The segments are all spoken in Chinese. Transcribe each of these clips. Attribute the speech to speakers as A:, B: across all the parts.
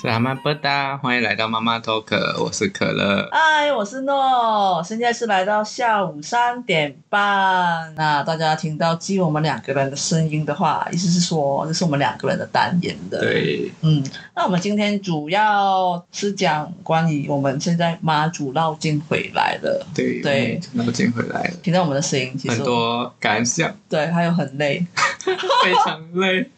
A: 是阿妈波达，欢迎来到妈妈 talk，我是可乐。
B: 嗨，我是诺，现在是来到下午三点半。那大家听到基于我们两个人的声音的话，意思是说这是我们两个人的单元的。，
A: 对，
B: 嗯，那我们今天主要是讲关于我们现在妈祖绕境回来了，
A: 对
B: 对，
A: 我们进回来了，
B: 听到我们的声音，其实
A: 很多感想，
B: 对，还有很累。
A: 非常累。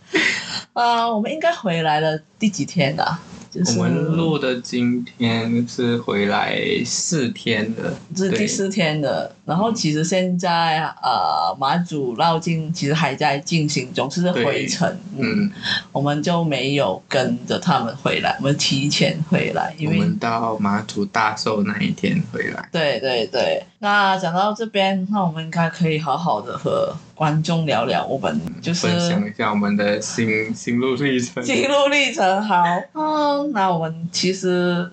B: 呃，我们应该回来了第几天啊？ 就是
A: 我们录的今天是回来四天了，
B: 这是
A: 对
B: 第四天的，然后其实现在呃马祖绕境其实还在进行中，就是
A: 对
B: 回程，嗯，
A: 嗯，
B: 我们就没有跟着他们回来，我们提前回来，因
A: 我
B: 为
A: 们到马祖大寿那一天回来。
B: 对对对。那讲到这边，那我们应该可以好好的和观众聊聊我们就是
A: 分享一下我们的心心路历程，
B: 心路历程。好，嗯，那我们其实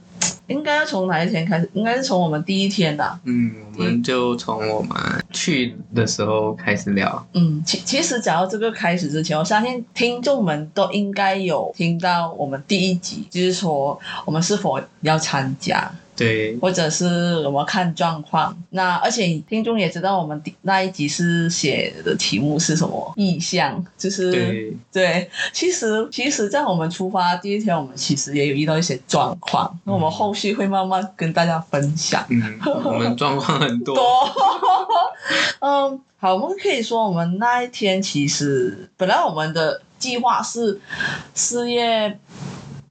B: 应该要从哪一天开始？应该是从我们第一天啦、
A: 嗯，我们就从我们去的时候开始聊。
B: 嗯，其其实讲到这个开始之前，我相信听众们都应该有听到我们第一集，就是说我们是否要参加，
A: 对，
B: 或者是我们看状况。那而且听众也知道，我们第那一集是写的题目是什么意向，就是
A: 对，
B: 对，其实其实，在我们出发第一天，我们其实也有遇到一些状况，那我们
A: 嗯
B: 后续会慢慢跟大家分享。
A: 嗯，我们状况很 多，
B: 多。嗯，好，我们可以说，我们那一天其实本来我们的计划是四月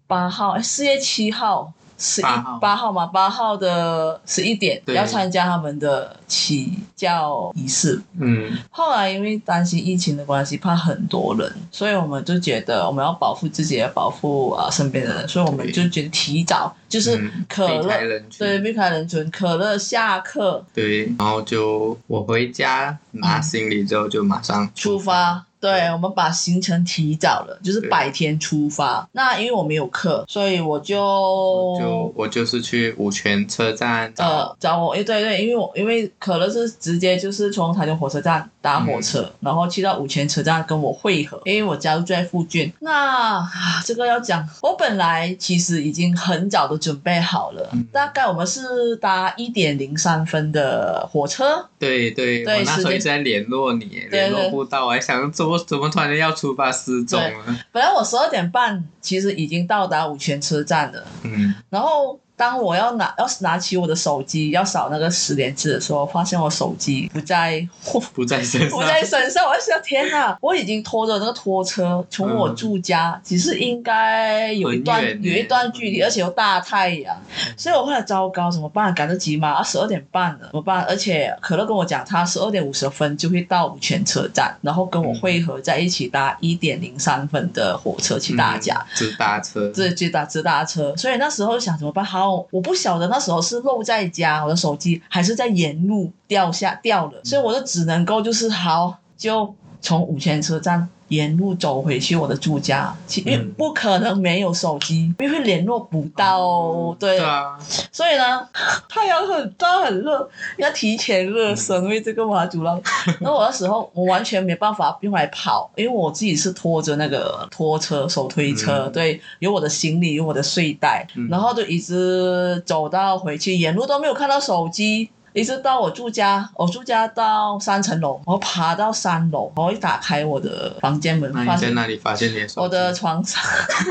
B: 八号、哎四月七号、十一
A: 八号
B: 八号嘛，八号的十一点
A: 对
B: 要参加他们的起教仪式。
A: 嗯，
B: 后来因为担心疫情的关系，怕很多人，所以我们就觉得我们要保护自己，也保护啊、呃身边的人，所以我们
A: 对
B: 就觉得提早就是
A: 嗯
B: 可
A: 避开
B: 乐。
A: 人群，
B: 对，避开人群，可乐下课
A: 对，然后就我回家拿行李之后就马上
B: 嗯出发。对
A: 嗯对，
B: 我们把行程提早了，就是
A: 对
B: 白天出发。那因为我没有课，所以我就
A: 我就我就是去五泉车站
B: 哦呃找我，诶对对，因为我因为可乐是直接就是从台中火车站搭火车，
A: 嗯
B: 然后去到五泉车站跟我汇合，因为我家住在附近。那啊这个要讲，我本来其实已经很早都准备好了，
A: 嗯
B: 大概我们是搭一点零三分的火车，
A: 对对，
B: 对
A: 我那时候
B: 时间
A: 一直在联络你，联络不到，我还想怎么怎么突然间要出发失踪啊了，
B: 本来我十二点半其实已经到达五泉车站了。
A: 嗯，
B: 然后当我要拿要拿起我的手机要扫那个十连字的时候，发现我手机不在
A: 不在身上
B: 不，在身上，我就想天哪！我已经拖着那个拖车从我住家，其实应该有一
A: 嗯
B: 段
A: 很远耶
B: 有一段距离，
A: 嗯
B: 而且又大太阳，所以我后来糟糕，怎么办？赶得及吗？啊，十二点半了，怎么办？而且可乐跟我讲，他十二点五十分就会到五泉车站，然后跟
A: 嗯
B: 我汇合在一起搭一点零三分的火车去大家。
A: 嗯直达车，
B: 这直打直达车，所以那时候想怎么办？好，我不晓得那时候是漏在家，我的手机还是在沿路掉下掉了，所以我就只能够就是好，就从五泉车站沿路走回去我的住家，其因为
A: 嗯
B: 不可能没有手机，因为会联络不到，哦对，
A: 对啊，
B: 所以呢， 太阳很大很热，要提前热身，因为这个马 祖浪。然后我那时候我完全没办法用来跑，因为我自己是拖着那个拖车、手推车，
A: 嗯
B: 对，有我的行李，有我的睡袋，
A: 嗯
B: 然后就一直走到回去，沿路都没有看到手机。一直到我住家，我住家到三层楼，我爬到三楼，我一打开我的房间门，
A: 那
B: 发
A: 你在
B: 现
A: 那里发现你的手机？
B: 我的床上，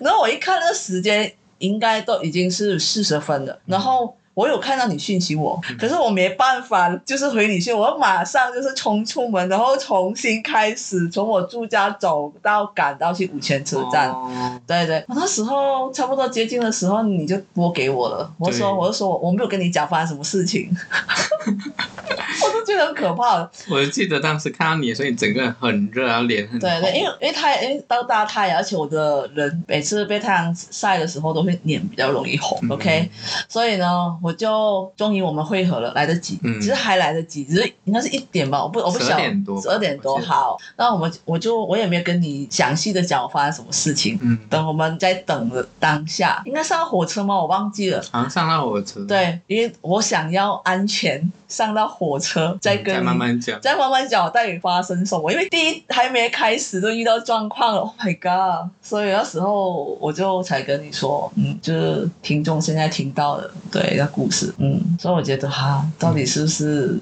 B: 然后我一看那个时间，应该都已经是四十分了，然后。我有看到你讯息我，可是我没办法，就是回你讯，我要马上就是冲出门，然后重新开始，从我住家走到赶到去五泉车站。
A: 哦
B: 对对，那时候差不多接近的时候，你就拨给我了。我说，
A: 对
B: 我就说我没有跟你讲发生什么事情， 我都觉得很可怕了。
A: 我记得当时看到你，所以整个人很热，然后脸很
B: 对对，因
A: 为
B: 为因为太因为到大太阳，而且我的人每次被太阳晒的时候都会脸比较容易红、o
A: 嗯
B: k 所以呢，我就终于我们会合了，来得及，
A: 嗯
B: 其实还来得及，只是应该是一点吧，我不我不
A: 12
B: 晓
A: 点多吧
B: 十二点多
A: 我记得
B: 好，那我们我就我也没有跟你详细的讲我发生什么事情，
A: 嗯，
B: 等我们在等的当下，应该上火车吗？我忘记了。
A: 好像上到我的车，
B: 对，因为我想要安全上到火车，再跟
A: 嗯再慢慢讲。
B: 再慢慢讲，我到底发生什么？因为第一还没开始就遇到状况了，Oh my god！所以那时候我就才跟你说，嗯，就是听众现在听到了对那故事，嗯，所以我觉得哈、到底是不是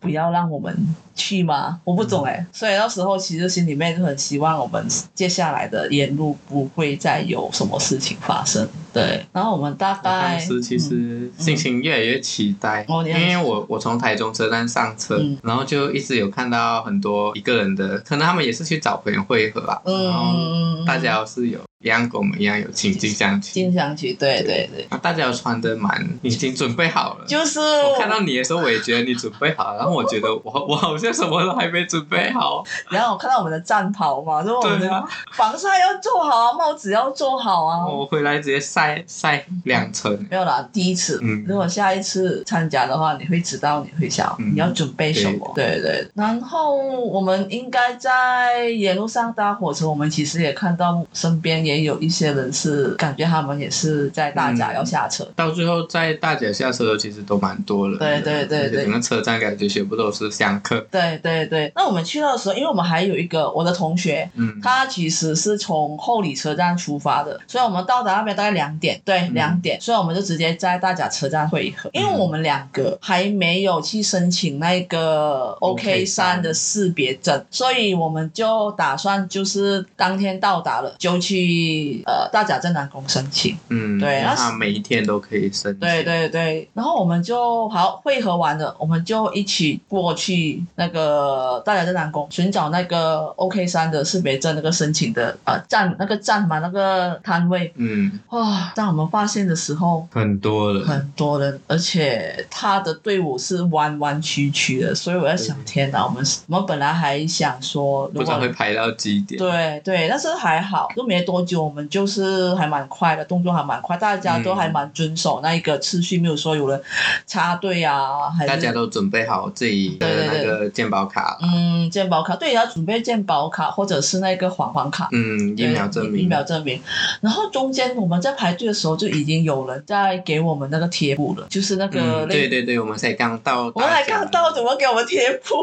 B: 不要让我们去吗？我不懂哎、
A: 嗯
B: 所以那时候其实心里面就很希望我们接下来的沿路不会再有什么事情发生。对，然后我们大
A: 我
B: 概
A: 当时其实心情越来越期待，
B: 嗯哦你
A: 因
B: 很
A: 为我我从台中车站上车，
B: 嗯
A: 然后就一直有看到很多一个人的，可能他们也是去找朋友会合吧，
B: 嗯
A: 然后
B: 嗯，嗯
A: 大家是有一样跟我们一样有情境相
B: 进
A: 亲，
B: 香去，对对对，
A: 啊大家有穿的蛮已经准备好了。
B: 就是
A: 我看到你的时候，我也觉得你准备好了，然后我觉得我我好像什么都还没准备好。
B: 然后我看到我们的战袍嘛，就是我们
A: 对
B: 的
A: 啊，哦
B: 防晒要做好啊，帽子要做好啊。
A: 我回来直接晒晒两层。
B: 没有啦，第一次。
A: 嗯
B: 如果下一次参加的话，你会知道你会想、
A: 嗯
B: 你要准备什么。对对。然后我们应该在沿路上搭火车，我们其实也看到身边也有一些人是感觉他们也是在大家
A: 嗯
B: 要下车。
A: 到最后在大姐下车的时候，其实都蛮多人的。
B: 对对对
A: 而且
B: 对
A: 整个车站感觉全部都是香客。
B: 对对对，那我们去到的时候，因为我们还有一个我的同学，
A: 嗯，
B: 他其实是从后里车站出发的，所以我们到达那边大概两点，对，
A: 嗯
B: 两点，所以我们就直接在大甲车站汇合，因为我们两个还没有去申请那个 OK
A: OK
B: 三
A: 三
B: 的识别证，所以我们就打算就是当天到达了就去呃大甲镇南宫申请。
A: 嗯，
B: 对
A: 那
B: 他
A: 他每一天都可以申请。
B: 对对对，然后我们就好汇合完了，我们就一起过去那个大家在南宫寻找那个 OK 三的识别证那个申请的呃站那个站嘛那个摊位
A: 嗯，
B: 哇，当我们发现的时候。
A: 很多人。
B: 很多人，而且他的队伍是弯弯曲曲的，所以我在想，
A: 对
B: 天哪，我们是我们本来还想说，
A: 不
B: 如
A: 知道
B: 果
A: 会排到几点。
B: 对对，但是还好，就没多久，我们就是还蛮快的，动作还蛮快，大家都还蛮遵守那一个次序，没有说有人插队啊，还是
A: 大家都准备好自己的
B: 对对
A: 那个健保卡，
B: 嗯健保卡，对，要准备健保卡或者是那个黄黄卡。
A: 嗯，疫苗
B: 对
A: 证
B: 疫
A: 明，
B: 苗证明。然后中间我们在排队的时候，就已经有人在给我们那个贴布了，就是那个
A: 嗯，
B: 类、
A: 对对对，我们才刚到，
B: 我们还看到怎，么给我们贴布，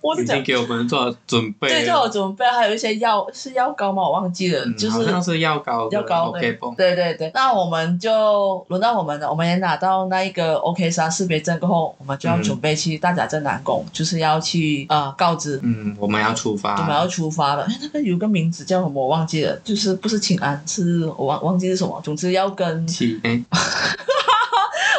B: 我是
A: 已
B: 讲
A: 经给我们做准备了，
B: 对，就有准备，还有一些药是药膏吗？我忘记了，
A: 嗯
B: 就
A: 好
B: 是
A: 像是药膏跟
B: 要高对
A: OK 绷，
B: 对对对，那我们就轮到我们了，我们也拿到那一个 OK 三识别证过后，我们就要
A: 嗯
B: 准备去大甲镇南宫，就是要去呃告知。
A: 嗯，我们要出
B: 我们要
A: 发，
B: 出发了，哎，那个有个名字叫什么我忘记了，就是不是请安，是我忘忘记是什么，总之要跟
A: 七，哎，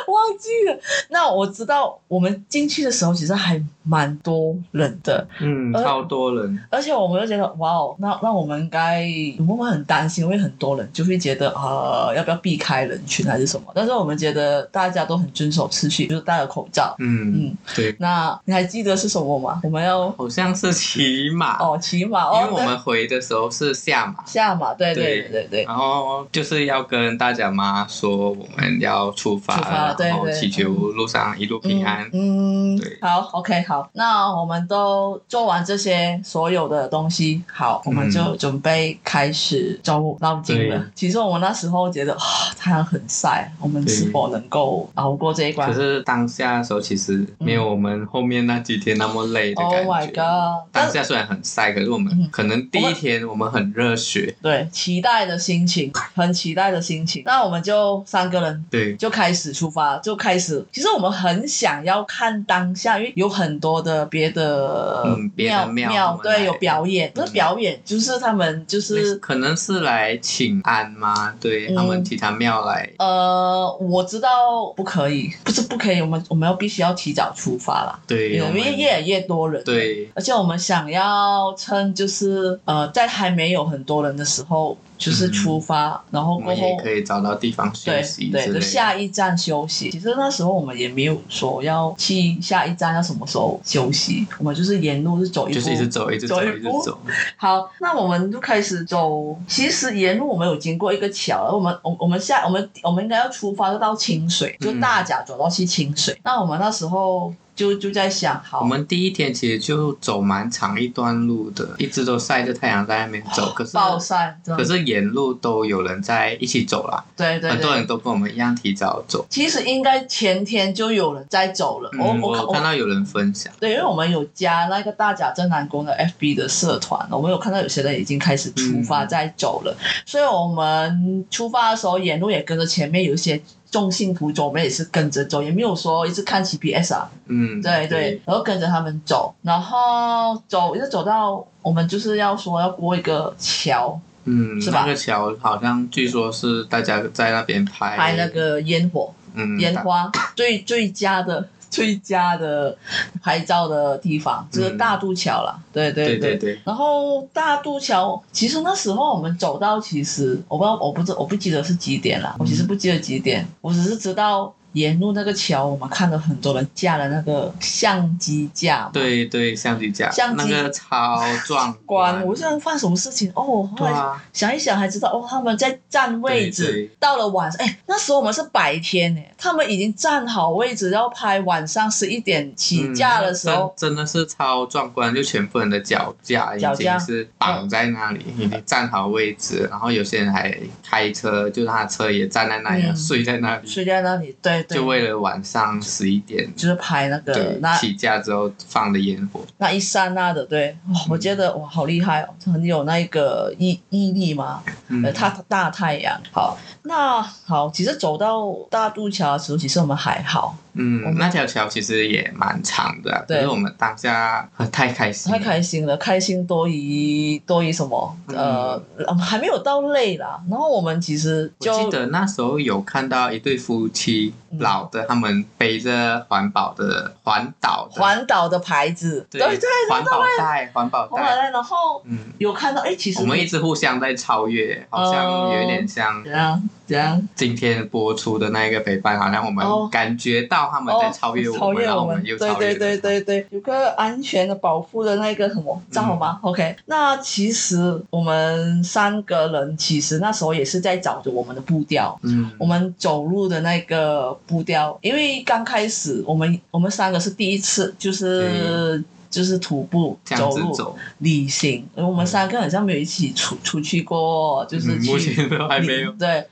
B: 忘记了。那我知道我们进去的时候其实还蛮多人的，
A: 嗯，
B: 呃
A: 超多人，
B: 而且我们就觉得，哇哦，那那我们应该，我们会很担心，因为很多人就会觉得，呃，要不要避开人群还是什么？但是我们觉得大家都很遵守秩序，就是戴了口罩。
A: 嗯，
B: 嗯，
A: 对，
B: 那你还记得是什么吗？我们要
A: 好像是骑马，
B: 哦骑马
A: 因
B: 哦
A: 为，我们回的时候是下马
B: 对。下马，对对对
A: 对
B: 对对
A: 然后就是要跟大甲妈说我们要出发
B: 出发
A: 了，
B: 对
A: 然后
B: 对
A: 祈求路上一路
B: 嗯
A: 平安。
B: 嗯
A: 对，
B: 好，OK，好，那我们都做完这些所有的东西，好，我们就准备开始走绕境了
A: 嗯对。
B: 其实我们那时候觉得啊，太阳很晒，我们是
A: 对
B: 否能够熬过这一关
A: 可？是当下的时候，其实没有我们后面那几天那么累的
B: Oh
A: 感
B: my
A: 觉。
B: god！但
A: 当下虽然很晒，可是我
B: 嗯
A: 们可能第一天我们很热血，
B: 对期待的心情，很期待的心情。那我们就三个人
A: 对，
B: 就开始出发，就开始。其实我们很想要看当下，因为有很多的别的
A: 嗯别的嗯庙他
B: 庙
A: 们来
B: 对有表演，不是表演，就是他们就是。
A: 可能是来请安吗？对
B: 嗯
A: 他们其他庙来，
B: 呃，我知道不可以，不是不可以，我们我们要必须要提早出发啦，
A: 对，
B: 因
A: 我
B: 为
A: 们
B: 越来越多人，，
A: 对，
B: 而且我们想要趁就是呃，在还没有很多人的时候，就是
A: 嗯
B: 出发，然后
A: 我
B: 过
A: 们
B: 后
A: 也可以找到地方休
B: 哦对
A: 息之
B: 对，
A: 类
B: 就
A: 的。
B: 下一站休息。其实那时候我们也没有说要去下一站要什么时候休息，我们就是沿路是走一步。
A: 就是一直走，一直走，
B: 走一
A: 一直
B: 步
A: 走。
B: 好，那我们就开始走。其实沿路我们有经过一个桥了，我们我我们下我们我们应该要出发就到清水，就
A: 嗯
B: 大甲走到去清水。那我们那时候。就就在想，好，
A: 我们第一天其实就走蛮长一段路的，一直都晒着太阳在那边走，可是
B: 啊暴晒，真的
A: 可是沿路都有人在一起走啦，
B: 对对
A: 很多
B: 对。
A: 人都跟我们一样提早走。
B: 其实应该前天就有人在走了，
A: 嗯，
B: 我
A: 我有
B: 我
A: 看到有人分享，
B: 对，因为我们有加那个大甲镇南宫的 FB 的社团，我们有看到有些人已经开始出发
A: 嗯
B: 在走了，所以我们出发的时候沿路也跟着前面有一些众信徒走，我们也是跟着走，也没有说一直看 GPS 啊，
A: 嗯，
B: 对对，，然后跟着他们走，然后走一直走到我们就是要说要过一个桥，
A: 嗯，
B: 是吧
A: 那个桥好像据说是大家在那边拍
B: 拍那个烟火、
A: 嗯
B: 烟花，最最佳的。最佳的拍照的地方就是
A: 嗯
B: 大渡桥啦，对
A: 对
B: 对
A: 对对，
B: 然后大渡桥，其实那时候我们走到，其实我不知道，我不知我不记得是几点了，我其实不记得几点，我只是知道沿路那个桥，我们看到很多人架了那个相机架嘛，
A: 对对，相机架，
B: 相
A: 那
B: 机
A: 个超壮
B: 关，
A: 观，
B: 我想犯什么事情哦，后
A: 对
B: 来
A: 啊，
B: 想一想还知道哦，他们在占位置，
A: 对对
B: 到了晚上，哎，那时候我们是白天哎，他们已经站好位置要拍晚上十一点起架的时候
A: 嗯，真真的是超壮观，就全部人的脚架已
B: 脚架
A: 经是绑在那里，已经站好位置，然后有些人还开车，就是他的车也站在那里，啊
B: 嗯
A: 睡在那里，
B: 睡在那里，对对，
A: 就为了晚上十一点
B: 就是拍那个
A: 对
B: 那
A: 起价之后放的烟火，
B: 那一刹那的，对，哇，
A: 嗯
B: 我觉得哇，好厉害哦，很有那个毅毅力嘛。
A: 嗯
B: 呃，，它大太阳，好，那好，其实走到大渡桥的时候，其实我们还好，我
A: 嗯
B: 们，
A: 那条桥其实也蛮长的啊，
B: 对
A: 可是我们当下呃太开心了，
B: 太开
A: 嗯
B: 心了，开心多于多于什么？呃，还没有到累啦。然后我们其实
A: 我
B: 就
A: 记得那时候有看到一对夫妻，
B: 嗯
A: 老的，他们背着环保的环岛的
B: 环岛的牌子，
A: 对
B: 对对，
A: 环保袋，环保
B: 我买
A: 袋，
B: 来，然后
A: 嗯，
B: 有看到，哎，其实
A: 我们一直互相在超越，好像有一点像
B: 怎样怎样，
A: 今天播出的那一个陪伴，好像我
B: 哦
A: 们感觉到他们在超越
B: 哦
A: 我
B: 超
A: 们，
B: 越
A: 然后
B: 我
A: 我们又
B: 对
A: 超越
B: 对
A: 了
B: 对
A: 他们，
B: 对对，有个安全的保护的那个什么罩
A: 嗯
B: 吗、o k 那其实我们三个人其实那时候也是在找着我们的步调。
A: 嗯，
B: 我们走路的那个步调，因为刚开始我们我们三个是第一次，就是、就是徒步
A: 这样子
B: 路
A: 走，
B: 旅行，因为我们三个好像没有一起出出去过，就是
A: 嗯
B: 去、
A: 目前都还没有
B: 嗯， 对，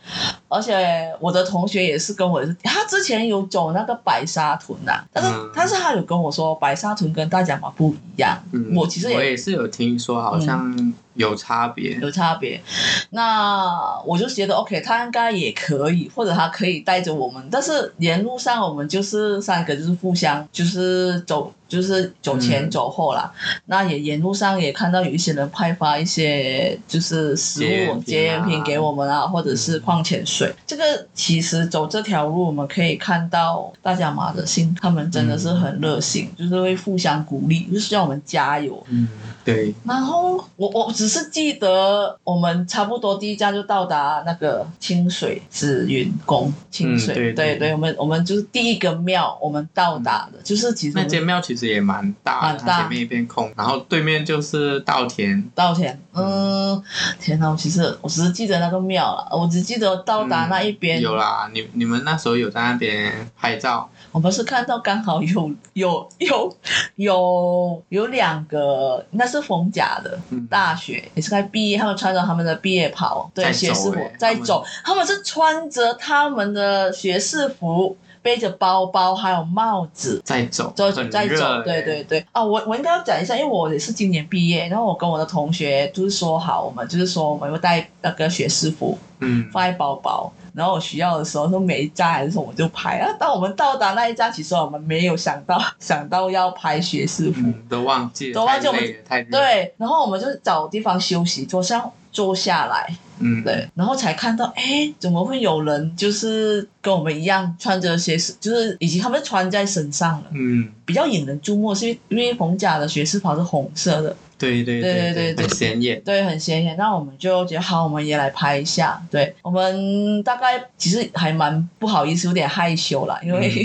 B: 而且我的同学也是跟我也是，他之前有走那个白沙屯呐、但是、
A: 嗯
B: 但是他有跟我说白沙屯跟大甲马不一样，
A: 嗯，
B: 我其实
A: 我
B: 也嗯
A: 也是有听说，好像有差别，
B: 有差别。那我就觉得 OK，他应该也可以，或者他可以带着我们，但是沿路上我们就是三个就是互相就是走。就是走前
A: 嗯
B: 走后啦，那也沿路上也看到有一些人派发一些就是食
A: 戒
B: 物
A: 烟、
B: 戒烟
A: 品
B: 品
A: 啊嗯
B: 给我们啊，或者是矿泉水。这个其实走这条路，我们可以看到大家马的心，他们真的
A: 嗯
B: 是很热心，就是会互相鼓励，就是让我们加油。
A: 嗯，对，
B: 然后我我只是记得我们差不多第一站就到达那个清水紫云宫，清
A: 嗯
B: 水、
A: 对
B: 对
A: 对
B: 我们我们就是第一个庙我们到达的，就是其实我
A: 那
B: 们
A: 间庙其实也蛮大的，
B: 蛮大
A: 它前面一片空，然后对面就是稻田，
B: 稻田，嗯，天哪，我其实我只是记得那个庙了，我只记得到达那一边，
A: 嗯有啦，你你们那时候有在那边拍照，
B: 我们是看到刚好有有有有有两个那是逢甲的，
A: 嗯，
B: 大学也是在毕业，他们穿着他们的毕业袍，对，
A: 在走
B: 学士服
A: 欸
B: 在
A: 他们
B: 走，他们是穿着他们的学士服，背着包包，还有帽子。
A: 在走，
B: 走
A: 很
B: 在
A: 热
B: 走，
A: 欸
B: 对对对啊，我我应该要讲一下，因为我也是今年毕业，然后我跟我的同学就是说好，我们就是说我们会带那个学士服
A: 嗯，
B: 放在包包，然后我需要的时候说每一站还是什么我就拍啊。当我们到达那一站，其实我们没有想到想到要拍学士服，
A: 嗯，都忘记了，
B: 都忘记我
A: 太
B: 们
A: 累了，太热，，
B: 对，然后我们就找地方休息，坐上坐下来，
A: 嗯，
B: 对，然后才看到，哎，怎么会有人就是跟我们一样穿着学士，就是以及他们穿在身上了，
A: 嗯，
B: 比较引人注目，是因为因为冯甲的学士袍是红色的，
A: 对对
B: 对对
A: 对，
B: 对
A: 很显眼，
B: 对，很显眼。那我们就觉得好，我们也来拍一下。对我们大概其实还蛮不好意思，有点害羞啦，因为、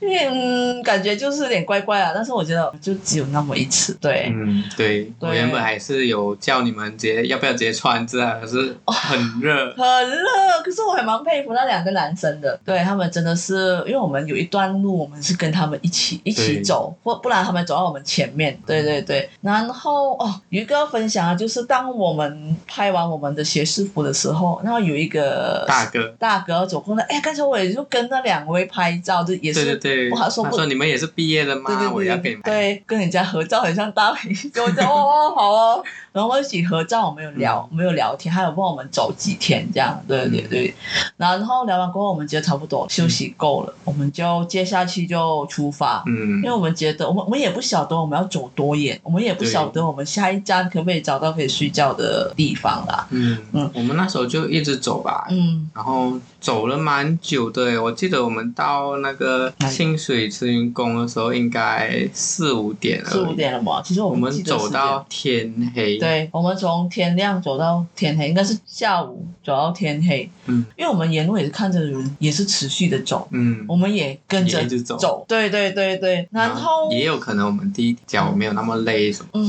B: 因为嗯，感觉就是有点怪怪啊。但是我觉得就只有那么一次，对。
A: 嗯，对，我原本还是有叫你们直接要不要直接穿这，可是很热，
B: 很热，可是我还蛮佩佩服那两个男生的，对他们真的是，因为我们有一段路，我们是跟他们一起一起
A: 对嗯
B: 走，或不然他们走到我们前面。对对对，然后哦，有一个分享啊，就是当我们拍完我们的学士服的时候，然后有一个
A: 大哥，
B: 大哥走过来，哎，刚才我也就跟那两位拍照，就也
A: 对
B: 是
A: 对对，
B: 我还说
A: 他
B: 不
A: 说你们也是毕业了吗？
B: 对对对，
A: 我也要给你们拍。
B: 对，跟人家合照很像大 明星，我就哦哦好哦， 然后我们一起合照，我们有聊，
A: 嗯
B: 我们有聊天，还有问我们走几天这样，对对
A: 嗯
B: 对，然后聊完过后，我们觉得差不多休息够了，我们就接下去就出发。
A: 嗯
B: 因为，我们觉得，我们我们也不晓得我们要走多远，我们也不
A: 对
B: 晓得我们下一站可不可以找到可以睡觉的地方啦。嗯
A: 嗯，我们那时候就一直走吧，
B: 嗯，
A: 然后走了蛮久的耶。我记得我们到那个
B: 哪里
A: 清水慈云宫的时候，应该四五点了。
B: 四五。点了嘛，其实我
A: 我
B: 们
A: 们
B: 记得
A: 走
B: 是这样
A: 到天黑。。
B: 对，我们从天亮走到天黑，应该是下午走到天黑。
A: 嗯，
B: 因为我们沿路也是看着人，也是持续的走，
A: 嗯。
B: 我们也跟着
A: 也一直走啊
B: 对对对对，然后。
A: 也有可能我们第一脚没有那么累什么。
B: 嗯，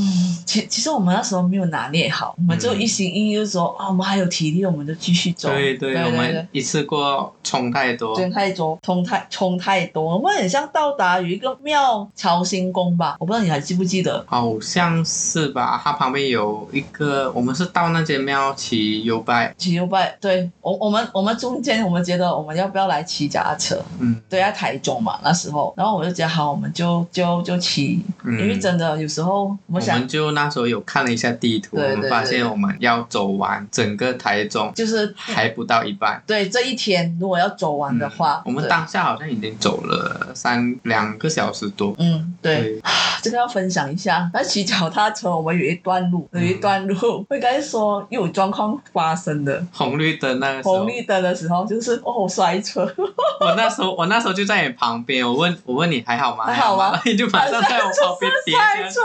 B: 其其实我们那时候没有拿捏好，我们就一心一意就说啊、我们还有体力，我们就继续走。
A: 嗯对
B: 对
A: 我
B: 对对
A: 们一次过冲太多。
B: 真太多，冲太冲太多，我们很像到达有一个庙朝兴宫吧，我不知道你还记不记得？
A: 好像是吧，它旁边有一个，我们是到那间庙骑 U 拜，
B: 骑 U 拜，对我我们我们中间我们觉得我们要不要来骑脚踏车？
A: 嗯，
B: 对，在台中嘛，那时候，然后我就觉得好，我们就就就骑，
A: 嗯，
B: 因为真的有时候我
A: 我
B: 们想
A: 们就那时候有看了一下地图，
B: 对对
A: 我们发现我们要走完整个台中
B: 就是
A: 还不到一半。嗯
B: 对这一天如果要走完的话，
A: 我们
B: 对
A: 当下好像已经走了三两个小时多。
B: 嗯对，
A: 对，
B: 这个要分享一下。那骑脚踏车，我们有一段路，有
A: 嗯
B: 一段 路，我应该说又有状况发生的。
A: 红绿灯那个时候，
B: 红绿灯的时候，就是哦摔车，
A: 我那时候我那时候就在你旁边，我问我问你还好吗？
B: 还好啊吗
A: 然后你就马上在我旁边跌
B: 摔
A: 下。
B: 车，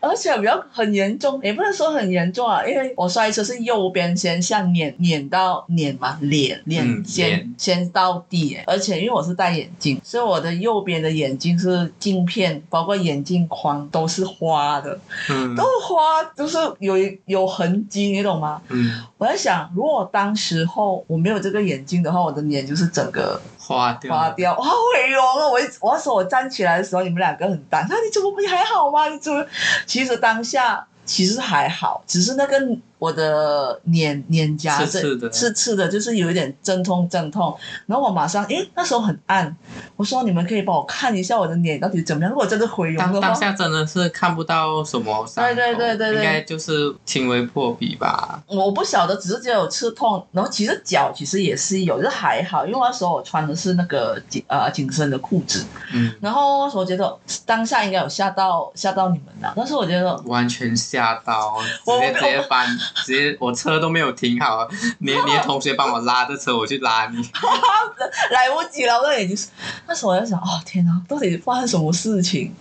B: 而且比较很严重，也不能说很严重啊，因为我摔车是右边先向碾碾到碾嘛，脸脸
A: 嗯
B: 先、
A: 脸
B: 先到地耶，而且因为我是戴眼镜，所以我的右边的眼镜是镜片，包括眼镜框都是花的，
A: 嗯
B: 都是花，就是有一有痕迹，你懂吗？
A: 嗯，
B: 我在想，如果当时候我没有这个眼镜的话，我的脸就是整个
A: 花掉了
B: 花掉，我好毁容啊！我一直我那时候我站起来的时候，你们两个很担心，啊你怎么你还好吗？你怎么？其实当下其实还好，只是那个我的脸脸颊
A: 刺
B: 这
A: 刺的
B: 刺刺的，就是有一点阵痛阵痛。然后我马上，因为那时候很暗，我说你们可以帮我看一下我的脸到底怎么样。如果真的毁容
A: 当
B: 的话
A: 当，下真的是看不到什么伤口，
B: 对对对对对
A: 应该就是轻微破皮吧。
B: 我不晓得，只是只有刺痛。然后其实脚其实也是有，就是还好，因为那时候我穿的是那个紧呃紧身的裤子。
A: 嗯，
B: 然后我觉得当下应该有吓到吓到你们了，但是我觉得
A: 完全吓到，
B: 我
A: 直接直接翻，直接我车都没有停好，你 你的同学帮我拉着车，我去拉你。
B: 来不及了，我的眼睛是，那时候我在想，哦天哪，到底发生什么事情？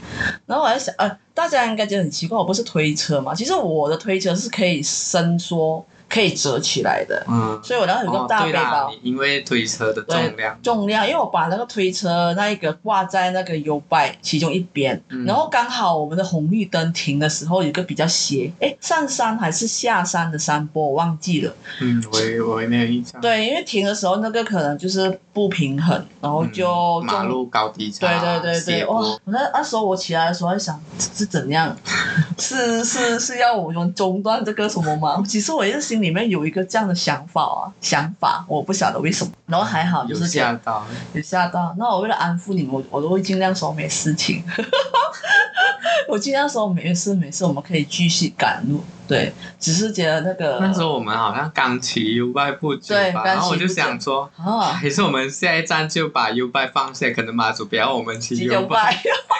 B: 然后我在想，呃，大家应该觉得很奇怪，我不是推车嘛，其实我的推车是可以伸缩、可以折起来的，
A: 嗯，
B: 所以我那时候有
A: 哦
B: 个大
A: 对
B: 背
A: 啦
B: 包。，
A: 你因为推车的
B: 对
A: 重量，
B: 重量，因为我把那个推车那一个挂在那个 U 拜其中一边，
A: 嗯
B: 然后刚好我们的红绿灯停的时候有一个比较斜，哎，上山还是下山的山坡我忘记了。
A: 嗯，我也我也没有印象。
B: 对，因为停的时候那个可能就是不平衡，然后
A: 嗯，
B: 就、
A: 马
B: 就
A: 路高低差，
B: 对对对对，
A: 斜
B: 哇！
A: 坡
B: 我那那时候我起来的时候在想，这是怎样？ 是是是要我们中断这个什么吗？其实我也是心里面有一个这样的想法啊，想法我不晓得为什么，然后还好就
A: 有
B: 是这样。
A: 吓到，
B: 有吓到。那我为了安抚你们，我我都会尽量说没事情， 我尽量说没事没事，我们可以继续赶路。对，只是觉得那个
A: 那时候我们好像刚骑 U 拜不久
B: 对
A: 吧，
B: 刚
A: 然后我
B: 骑
A: 就
B: 不久
A: 想说，
B: 啊，
A: 还是我们下一站就把 U 拜放下，可能马祖不要我们去
B: 急
A: U
B: 救
A: 拜。
B: 拜。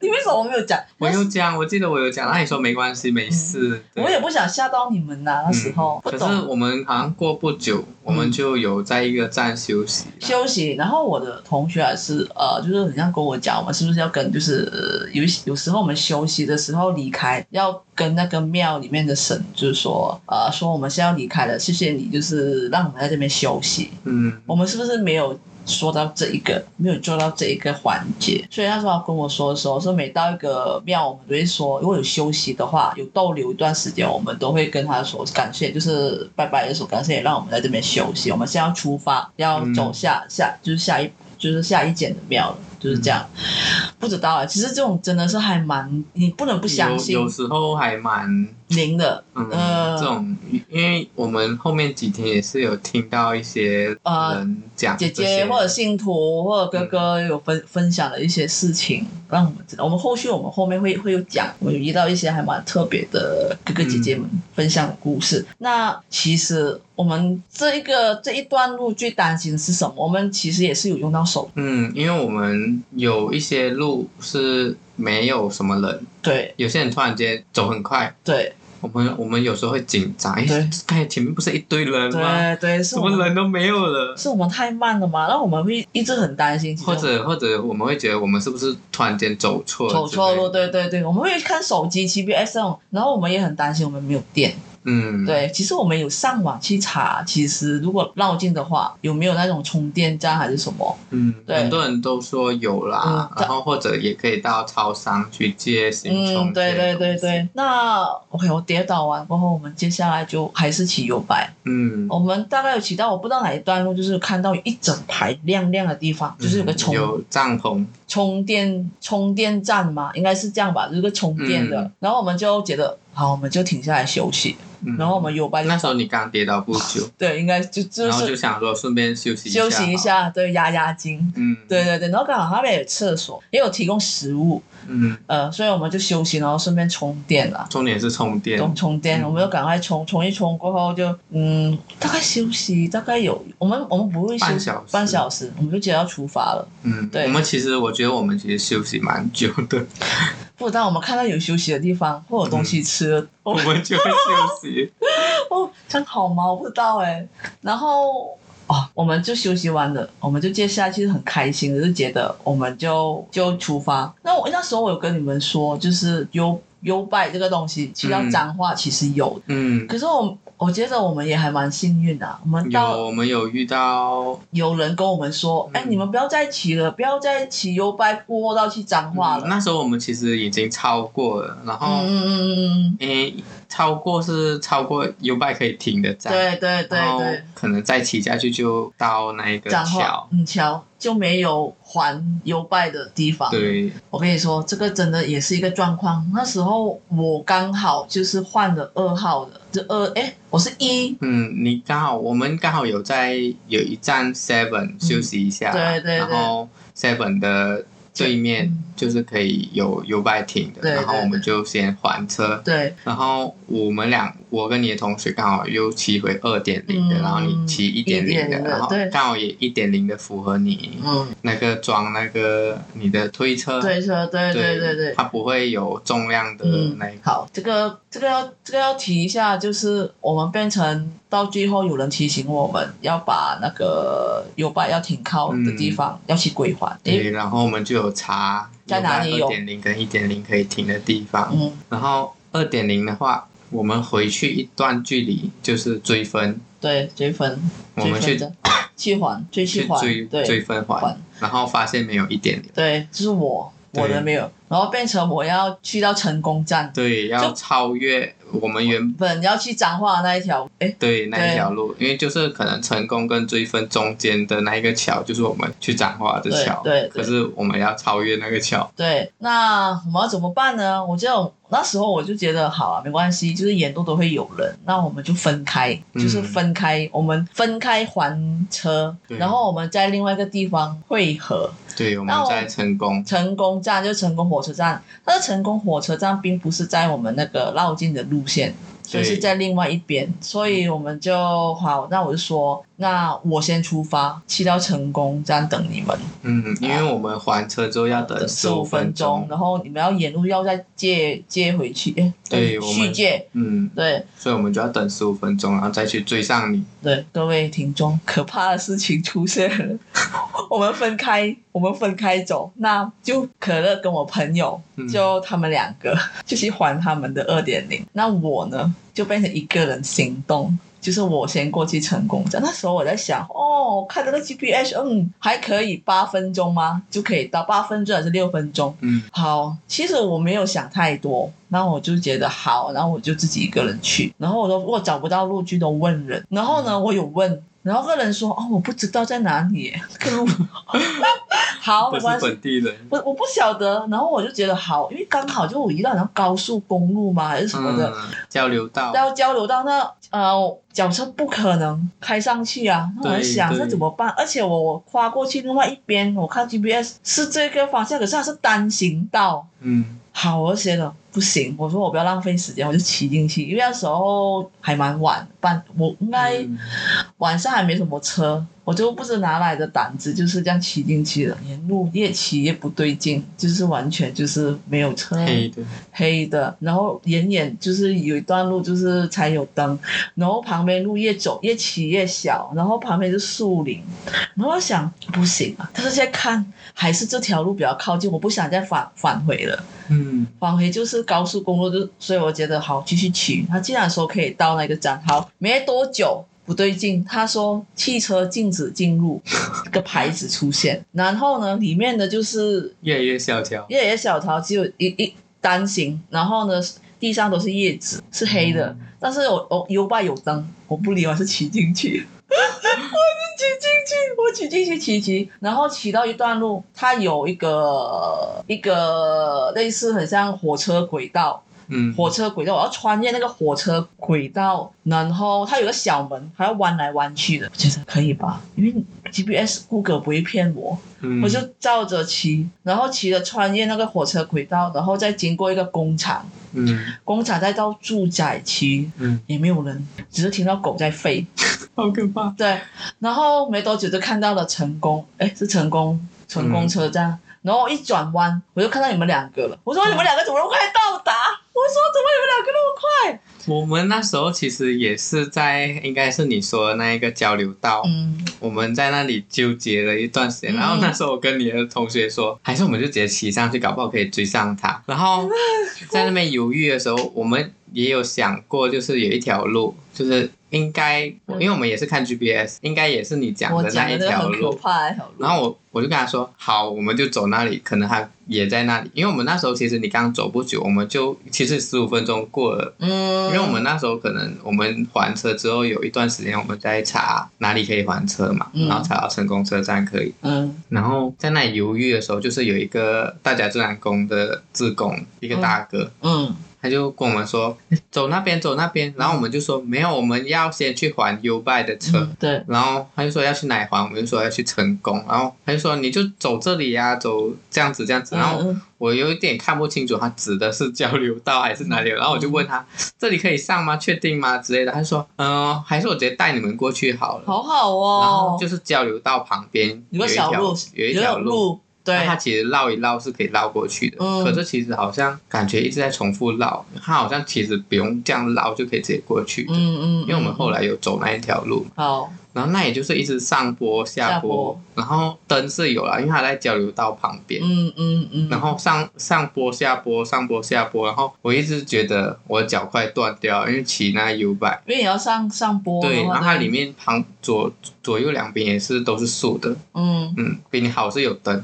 B: 你为什么没有讲？
A: 我有讲，我记得我有
B: 嗯
A: 讲，那哎你说没关系，没事。对
B: 我也不想吓到你们呐、那时候、嗯
A: 嗯
B: 不
A: 可是
B: 懂
A: 我们好像过不久，我们就有在一个站休息。
B: 休息。然后我的同学还是呃，就是很像跟我讲，我们是不是要跟就是、呃有一些有时候我们休息的时候离开，要跟那个庙里面的神，就是说呃，说我们是要离开了，谢谢你，就是让我们在这边休息。
A: 嗯，
B: 我们是不是没有说到这一个，没有做到这一个环节。所以那时候他跟我说的时候，说每到一个庙，我们都会说，如果有休息的话，有逗留一段时间，我们都会跟他说感谢，就是拜拜的时候感谢，让我们在这边休息。我们现在要出发，要
A: 嗯
B: 走下、下，就是下一就是下一间的庙了。就是这样，
A: 嗯
B: 不知道啊。其实这种真的是还蛮，你不能不相信
A: 有有时候还蛮
B: 灵的。
A: 嗯，
B: 呃
A: 这种，因为我们后面几天也是有听到一些
B: 呃
A: 人讲
B: 姐
A: 这些嗯
B: 姐或者信徒或者哥哥有分、分享的一些事情，让我们知道。我们后续我们后面会会有讲，我有遇到一些还蛮特别的哥哥姐姐们分享的故事。那其实我们这一个这一段路最担心的是什么？我们其实也是有用到手，
A: 嗯，因为我们有一些路是没有什么人，
B: 对
A: 有些人突然间走很快，
B: 对
A: 我们我们有时候会紧张，哎
B: 对，
A: 刚才前面不是一堆人吗？
B: 对对，是
A: 什
B: 我
A: 么
B: 们
A: 人都没有了，
B: 是我们太慢了嘛？那我们会一直很担心，其实
A: 或者或者我们会觉得我们是不是突然间走错了？
B: 走错路，，对对对，我们会看手机 GPS 这种，然后我们也很担心我们没有电。
A: 嗯，，
B: 对，其实我们有上网去查，其实如果绕境的话，有没有那种充电站还是什么？
A: 嗯，
B: 对
A: 很多人都说有啦，
B: 嗯
A: 然后或者也可以到超商去借行充、
B: 嗯，对对对，对。那 OK，我跌倒完过后，我们接下来就还是骑油摆。
A: 嗯，
B: 我们大概有骑到，我不知道哪一段路，就是看到一整排亮亮的地方，就是有个充、
A: 嗯有帐篷，
B: 充电充电站嘛，应该是这样吧，有一个充电的。
A: 嗯
B: 然后我们就觉得好，我们就停下来休息。
A: 嗯
B: 然后我们油摆就
A: 那时候你刚跌倒不久，
B: 对，应该就就
A: 然后就是想说顺便休息
B: 休息一
A: 一下好了，
B: 下，对，压压惊。
A: 嗯，
B: 对，对对，然后刚好他们也有厕所，也有提供食物，
A: 嗯，
B: 呃，所以我们就休息，然后顺便充电了。
A: 重点是充电，
B: 充充电，
A: 嗯
B: 我们就赶快充充一充，过后就嗯，大概休息大概有我们我们不会休
A: 半小时
B: 半小时，我们就直接要出发了。
A: 嗯，
B: 对
A: 我们其实我觉得我们其实休息蛮久 的，
B: 不知道我们看到有休息的地方或有东西吃了，我
A: 我
B: 们
A: 们就会休息，
B: 哦这样好吗？我不知道哎、然后。哦，我们就休息完了，我们就接下来其实很开心的，就觉得我们就就出发。那我那时候我有跟你们说，就是优优拜这个东西，去到
A: 嗯
B: 彰化其实有的
A: 嗯。
B: 可是我我觉得我们也还蛮幸运的啊、我们
A: 有，
B: 到
A: 我们有遇到，
B: 有人跟我们说，哎、
A: 嗯
B: 你们不要再骑了，不要再骑优拜过到去彰化
A: 嗯
B: 了。
A: 那时候我们其实已经超过了，然
B: 嗯
A: 后
B: 嗯嗯嗯嗯，
A: 诶、超过是超过 U bike 可以停的站，
B: 对对对
A: 然后
B: 对，
A: 可能再骑下去就到那一个
B: 彰化
A: 桥，
B: 嗯哦桥就没有还优拜的地方。
A: 对，
B: 我跟你说，这个真的也是一个状况。那时候我刚好就是换了二号的，这二哎，我是一。
A: 嗯，你刚好，我们刚好有在有一站 Seven 休息一下，
B: 嗯对对对
A: 然后 Seven 的对面
B: 嗯
A: 就是可以有有外停的，
B: 对对
A: 然后我们就先还车，
B: 对，
A: 然后我们俩，我跟你的同学刚好又骑回二点零的，
B: 嗯
A: 然后你骑一点零的，
B: 1.0的
A: 然后
B: 对
A: 刚好也一点零的符合你
B: 嗯，
A: 那个装那个你的推车，
B: 对车，对对对对，
A: 它不会有重量的
B: 嗯
A: 那一个，
B: 好，这个这个要这个要提一下，就是我们变成到最后有人提醒我们要把那个 U 拜要停靠的地方、要去归还。诶，
A: 对，然后我们就有查
B: 在哪里有
A: 二点零跟一点零可以停的地方，
B: 嗯，
A: 然后二点零的话，我们回去一段距离就是追分，
B: 对，追分，
A: 我
B: 追
A: 们
B: 分
A: 去
B: 的去还，追
A: 去
B: 还，
A: 追追
B: 对
A: 分
B: 还
A: 环，然后发现没有一点零，
B: 对，就是我
A: 对
B: 我的没有，然后变成我要去到成功站，
A: 对，要超越我们原
B: 本要去彰化的那一条，哎诶，
A: 对那
B: 对
A: 一条路，因为就是可能成功跟追分中间的那一个桥，就是我们去展化的
B: 对
A: 桥，
B: 对对
A: 可是我们要超越那个桥，
B: 对，那我们要怎么办呢？我记得我那时候我就觉得，好啊，没关系，就是沿路都会有人，那我们就分开，
A: 嗯
B: 就是分开，我们分开还车，
A: 对
B: 然后我们在另外一个地方汇合。
A: 对，我们
B: 那我
A: 在成功，
B: 成功站就是成功火车站，但是成功火车站并不是在我们那个绕境的路线。所以
A: 对
B: 是在另外一边，所以我们就好，那我就说，那我先出发，去到成功站等你们。
A: 嗯，因为我们还车之后要等
B: 呃十
A: 呃十
B: 五
A: 五
B: 分
A: 分
B: 钟
A: 钟，，
B: 然后你们要沿路要再借借回去，哎，
A: 对我
B: 续
A: 们
B: 借，
A: 嗯，
B: 对
A: 所以我们就要等十五分钟，然后再去追上你。
B: 对，各位听众，可怕的事情出现了， 我们分开，我们分开走，那就可乐跟我朋友，
A: 嗯
B: 就他们两个就去还他们的二点零，那我呢就变成一个人行动。就是我先过去成功的。那时候我在想，哦，看这个 GPS，嗯，还可以八分钟吗？就可以到八分钟还是六分钟？
A: 嗯，
B: 好，其实我没有想太多，那我就觉得好，然后我就自己一个人去，然后我都我找不到路去都问人，然后
A: 嗯
B: 呢，我有问。然后个人说：“哦，我不知道在哪里，这个路。” 好，
A: 不
B: 没
A: 是
B: 关系，
A: 本地人，
B: 我我不晓得，然后我就觉得好，因为刚好就我遇到好像高速公路嘛还是什么的，
A: 嗯，交流道，
B: 然后交流到那呃，脚车不可能开上去啊，那我在
A: 对
B: 想
A: 对
B: 这怎么办？而且我我跨过去另外一边，我看 GPS 是这个方向，可是它是单行道，
A: 嗯
B: 好，我就觉得不行，我说我不要浪费时间，我就骑进去，因为那时候还蛮晚，半我应该
A: 嗯
B: 晚上还没什么车，我就不知哪来的胆子，就是这样骑进去了。沿路越骑越不对劲，就是完全就是没有车，
A: 黑的，
B: 黑的。然后远远就是有一段路就是才有灯，然后旁边路越走越骑越小，然后旁边是树林。然后我想不行啊，但是现在看还是这条路比较靠近，我不想再返返回了。
A: 嗯
B: 返回就是高速公路，就所以我觉得好继续骑。他既然说可以到那个站，好，没多久不对劲，他说汽车禁止进入这个牌子出现，然后呢，里面的就是
A: 越来越小条，
B: 越野小桃只有一一单行，然后呢地上都是叶子，是黑的，
A: 嗯
B: 但是我我 U 拜有灯，我不理，我还是骑进去。 我就骑进去，我骑进去骑骑，然后骑到一段路，它有一个一个类似很像火车轨道，
A: 嗯，
B: 火车轨道，我要穿越那个火车轨道，然后它有个小门，还要弯来弯去的，我觉得可以吧？因为 GPS 谷歌不会骗我，
A: 嗯
B: 我就照着骑，然后骑着穿越那个火车轨道，然后再经过一个工厂，
A: 嗯
B: 工厂再到住宅区，
A: 嗯，
B: 也没有人，只是听到狗在吠。
A: 好可怕，
B: 对，然后没多久就看到了成功，哎，是成功成功车站。然后一转弯，我就看到你们两个了。我说你们两个怎么那么快到达？我说怎么你们两个那么快？
A: 我们那时候其实也是在，应该是你说的那一个交流道，
B: 嗯，
A: 我们在那里纠结了一段时间，
B: 嗯
A: 然后那时候我跟你的同学说，还是我们就直接骑上去，搞不好可以追上他。然 后在那边犹豫的时候，我们也有想过，就是有一条路，就是应该，因为我们也是看 GPS，应该也是你讲
B: 我
A: 的
B: 讲
A: 那
B: 的
A: 一
B: 那个
A: 条
B: 很可
A: 路。
B: 怕那条路。
A: 然后我我就跟他说，好，我们就走那里，可能他也在那里，因为我们那时候其实你刚走不久，我们就其实十五分钟过了。
B: 嗯，
A: 因为我们那时候可能我们还车之后有一段时间，我们在查哪里可以还车嘛，
B: 嗯
A: 然后查到成功车站可以，
B: 嗯
A: 然后在那里犹豫的时候，就是有一个大甲自然宫的志工，一个大哥，
B: 嗯
A: 他就跟我们说走那边走那边，然后我们就说没有，我们要先去还 U 拜的车。
B: 嗯对，
A: 然后他就说要去哪里还，我们就说要去成功，然后他就说你就走这里呀、走这样子这样子，然后
B: 嗯
A: 我有一点看不清楚，他指的是交流道还是哪里？然后我就问他，这里可以上吗？确定吗？之类的。他说，嗯、还是我直接带你们过去好了。
B: 好好
A: 然后
B: 哦，
A: 就是交流道旁边
B: 有个
A: 一
B: 小
A: 条
B: 路，
A: 有一条
B: 有路，对
A: 那，它其实绕一绕是可以绕过去的。
B: 嗯
A: 可是其实好像感觉一直在重复绕，它好像其实不用这样绕就可以直接过去的。
B: 嗯嗯，
A: 因为我们后来有走那一条路，
B: 好，
A: 然后那也就是一直上坡
B: 下
A: 下
B: 坡
A: 坡，然后灯是有啦，因为它在交流道旁边。
B: 嗯嗯嗯，
A: 然后上上坡下坡上坡下坡，然后我一直觉得我的脚快断掉了，因为骑那 U 拜。
B: 因为也要上上坡，
A: 对，然后它
B: 再
A: 里面旁左左右两边也是都是竖的，
B: 嗯
A: 嗯，比你好是有灯。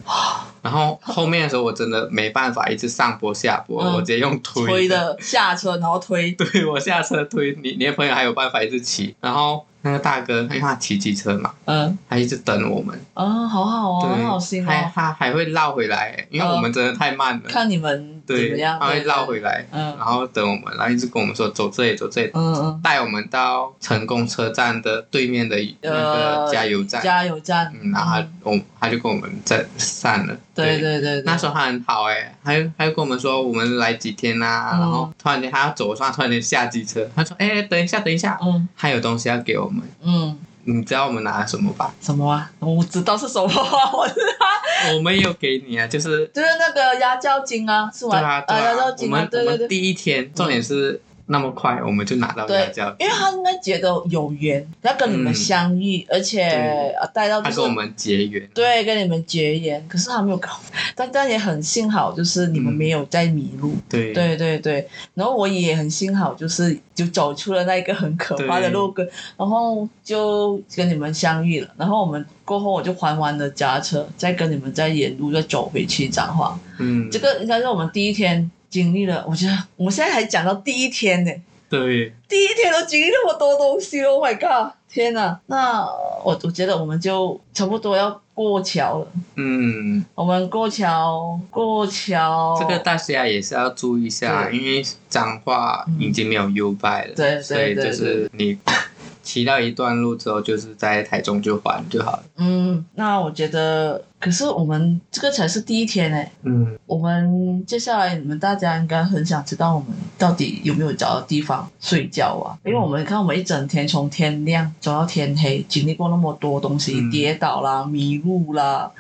A: 然后后面的时候我真的没办法，一直上坡下坡，
B: 嗯
A: 我直接用推
B: 推的下车，然后 推，
A: 对我下车推你，你的朋友还有办法一直骑。然后那个大哥，因为他骑机车嘛，
B: 嗯
A: 他一直等我们，
B: 啊，好好哦，
A: 对，
B: 很好心
A: 还
B: 哦，
A: 他还会绕回来，因为
B: 嗯
A: 我们真的太慢了，
B: 看你们怎么
A: 对，
B: 样，
A: 他会
B: 对
A: 绕，回来。
B: 嗯
A: 然后等我们，然后一直跟我们说走这里，走这里，
B: 嗯嗯，
A: 带我们到成功车站的对面的那
B: 呃
A: 个加油站。
B: 加油站，
A: 嗯，然后他我他就跟我们在散了。
B: 对对对，
A: 那时候他很好哎、他就他就跟我们说我们来几天啦、
B: 嗯
A: 然后突然间他要走的时候，他突然间下机车，他说：“哎、等一下，等一下，
B: 嗯
A: 他有东西要给我们。
B: 嗯，”
A: 你知道我们拿了什么 吧？
B: 什么啊？我知道是什么啊，我知道，
A: 我们有给你啊，就是
B: 就是那个压轿金啊，是
A: 对
B: 吗？
A: 啊对
B: 压轿
A: 啊，我
B: 金啊
A: 们，
B: 对
A: 我
B: 对
A: 们
B: 对，
A: 第一天重点是那么快我们就拿到
B: 对
A: 要价，
B: 因为他应该觉得有缘，他跟你
A: 嗯
B: 们相遇，而且
A: 对
B: 呃带到
A: 他
B: 就是
A: 跟我们结缘，
B: 对跟你们结缘，可是他没有搞，但但也很幸好，就是你
A: 嗯
B: 们没有在迷路。
A: 对
B: 对对对，然后我也很幸好，就是就走出了那一个很可怕的路跟，然后就跟你们相遇了。然后我们过后，我就还完了家车，再跟你们再沿路再走回去彰化。
A: 嗯，
B: 这个应该是我们第一天经历了，我觉得我们现在还讲到第一天呢，
A: 对
B: 第一天都经历那么多东西了，Oh my god！天哪，那我我觉得我们就差不多要过桥了。
A: 嗯，
B: 我们过桥，过桥，
A: 这个大家也是要注意一下，
B: 哦对
A: 因为脏话已经没有 U bike 了，
B: 对对
A: 所以就
B: 对
A: 是你 骑到一段路之后，就是在台中就还就好了。
B: 嗯，那我觉得，可是我们这个才是第一天呢。
A: 嗯，
B: 我们接下来你们大家应该很想知道我们到底有没有找到地方睡觉啊？
A: 嗯
B: 因为我们看我们一整天从天亮走到天黑，经历过那么多东西，
A: 嗯
B: 跌倒啦、迷路啦，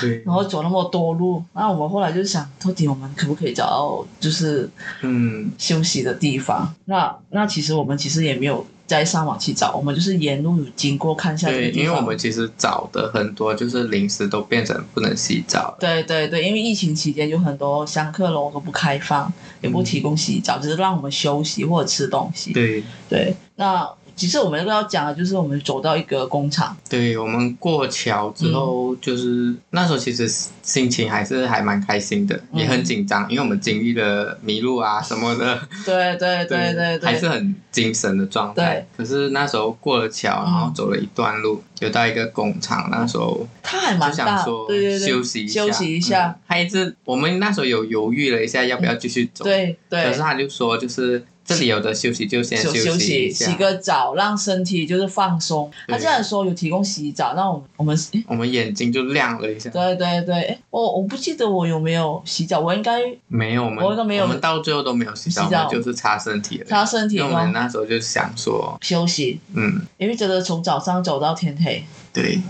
A: 对，
B: 然后走那么多路，那我们后来就想，到底我们可不可以找到就是
A: 嗯
B: 休息的地方？那那其实我们其实也没有在上网去找，我们就是沿路有经过看一下这
A: 对，
B: 个地方。
A: 因为我们其实找的很多，就是临时都变成不能洗澡了。
B: 对对对，因为疫情期间有很多香客楼都不开放，也不提供洗澡，只是让我们休息或者吃东西。
A: 嗯对，
B: 对那其实我们要讲的就是我们走到一个工厂，
A: 对我们过桥之后，就是、那时候其实心情还是还蛮开心的，
B: 嗯
A: 也很紧张，因为我们经历了迷路啊什么的，
B: 对对对对
A: 还是
B: 对，
A: 很精神的状态。可是那时候过了桥，然
B: 嗯
A: 后走了一段路，有到一个工厂，那时候
B: 它还
A: 就
B: 蛮
A: 想
B: 大，
A: 说
B: 对对对，
A: 休息一下，
B: 休息一下
A: 嗯，他一直我们那时候有犹豫了一下，要不要继续走？，
B: 对
A: 可
B: 对
A: 是，他就说就是。这里有的休息就先
B: 休休
A: 息
B: 息
A: 一下，
B: 洗个澡，让身体就是放松。他
A: 对
B: 既然说有提供洗澡，那我们我们诶
A: 我们眼睛就亮了一下。
B: 对对对，诶我我不记得我有没有洗澡，我应该
A: 没有，我们
B: 我都没有
A: 我们到最后都没有洗澡，
B: 洗澡
A: 我们就是擦身体而已。
B: 擦身体
A: 因为我们
B: 吗？
A: 那时候就想说，
B: 休息，
A: 嗯，
B: 因为觉得从早上走到天黑，
A: 对，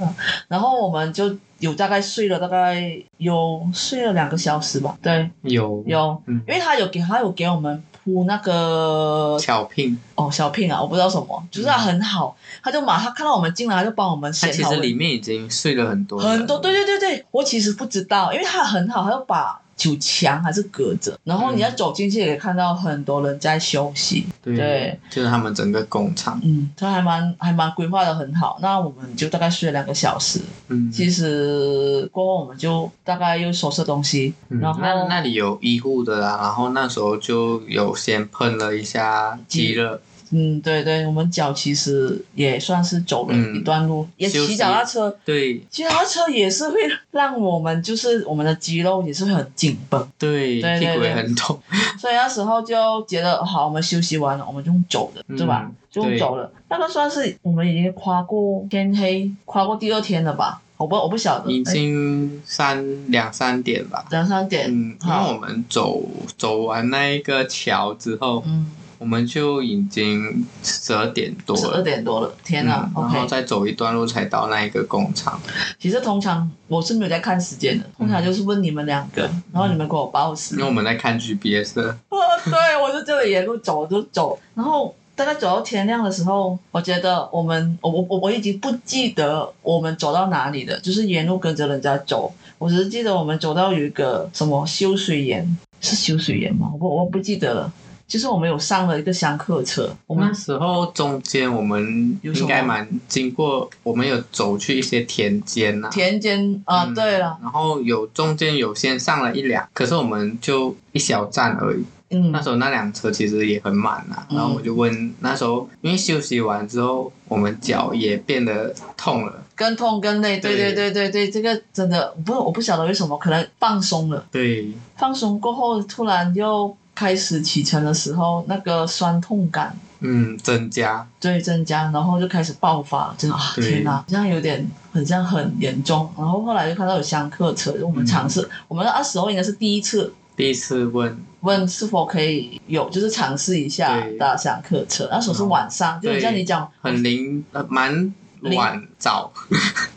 B: 然后我们就有大概睡了大概有睡了两个小时吧，对，
A: 有
B: 有，
A: 嗯
B: 因为他有给他有给我们铺那个
A: 巧聘，
B: 哦小聘啊，我不知道什么，就是他很好，他就马上看到我们进来，他就帮我们
A: 它
B: 写
A: 其
B: 好
A: 实里面已经睡了很多人
B: 很多，对，对对对，我其实不知道，因为他很好，他就把。酒墙还是隔着，然后你
A: 嗯
B: 要走进去也看到很多人在休息，
A: 对，
B: 对
A: 就是他们整个工厂，
B: 嗯，他还蛮还蛮规划的很好。那我们就大概睡了两个小时，
A: 嗯，
B: 其实过后我们就大概又收拾东西，
A: 嗯
B: 然后
A: 那那里有医护的啦，然后那时候就有先喷了一下
B: 鸡
A: 鸡热，
B: 嗯，对对，我们脚其实也算是走了
A: 嗯
B: 一段路，也
A: 休息
B: 骑脚踏车，
A: 对
B: 骑脚踏车也是会让我们就是我们的肌肉也是会很紧绷，
A: 对，
B: 对
A: 屁股
B: 对
A: 也很痛，
B: 所以那时候就觉得好，我们休息完了，我们就用走的，
A: 嗯
B: 对吧？就用
A: 对
B: 走了，那个算是我们已经跨过天黑，跨过第二天了吧？我不我不晓得，
A: 已
B: 哎
A: 经三两三点吧。
B: 两三点，
A: 嗯，因为
B: 好
A: 我们走走完那一个桥之后，
B: 嗯，
A: 我们就已经十二点多
B: 十二
A: 了，
B: 点多了，天哪
A: 嗯然后
B: ，OK。
A: 再走一段路才到那一个工厂。
B: 其实通常我是没有在看时间的，
A: 嗯
B: 通常就是问你们两个，然后你们给我报时
A: 因为。 我们在看 GPS，的
B: 哦，对，我就这里沿路走，我就走，然后大概走到天亮的时候，我觉得我们，我我我我已经不记得我们走到哪里了，就是沿路跟着人家走，我只是记得我们走到有一个什么修水岩，是修水岩吗？我不我不记得了。就是我们有上了一个香客车，我们
A: 那时候中间我们
B: 有什
A: 应
B: 么
A: 该蛮经过，我们有走去一些田间呐、
B: 田间啊，
A: 嗯
B: 对了，，
A: 然后有中间有先上了一辆，可是我们就一小站而已。
B: 嗯
A: 那时候那辆车其实也很满呐、
B: 嗯
A: 然后我就问，那时候因为休息完之后，我们脚也变得痛了，
B: 跟痛跟累，对对
A: 对
B: 对对对，这个真的不，我不晓得为什么，可能放松了，
A: 对，
B: 放松过后突然又开始启程的时候，那个酸痛感
A: 嗯，增加，
B: 对增加，然后就开始爆发，真的啊，
A: 对
B: 天哪，这样有点很像很严重。然后后来就看到有香客车，我们尝
A: 嗯
B: 试，我们那时候应该是第一次
A: 第一次问，
B: 问是否可以有，就是尝试一下
A: 对嗯
B: 搭香客车。那时候是晚上，就
A: 对
B: 像你讲，
A: 很灵，呃，蛮
B: 灵
A: 晚早，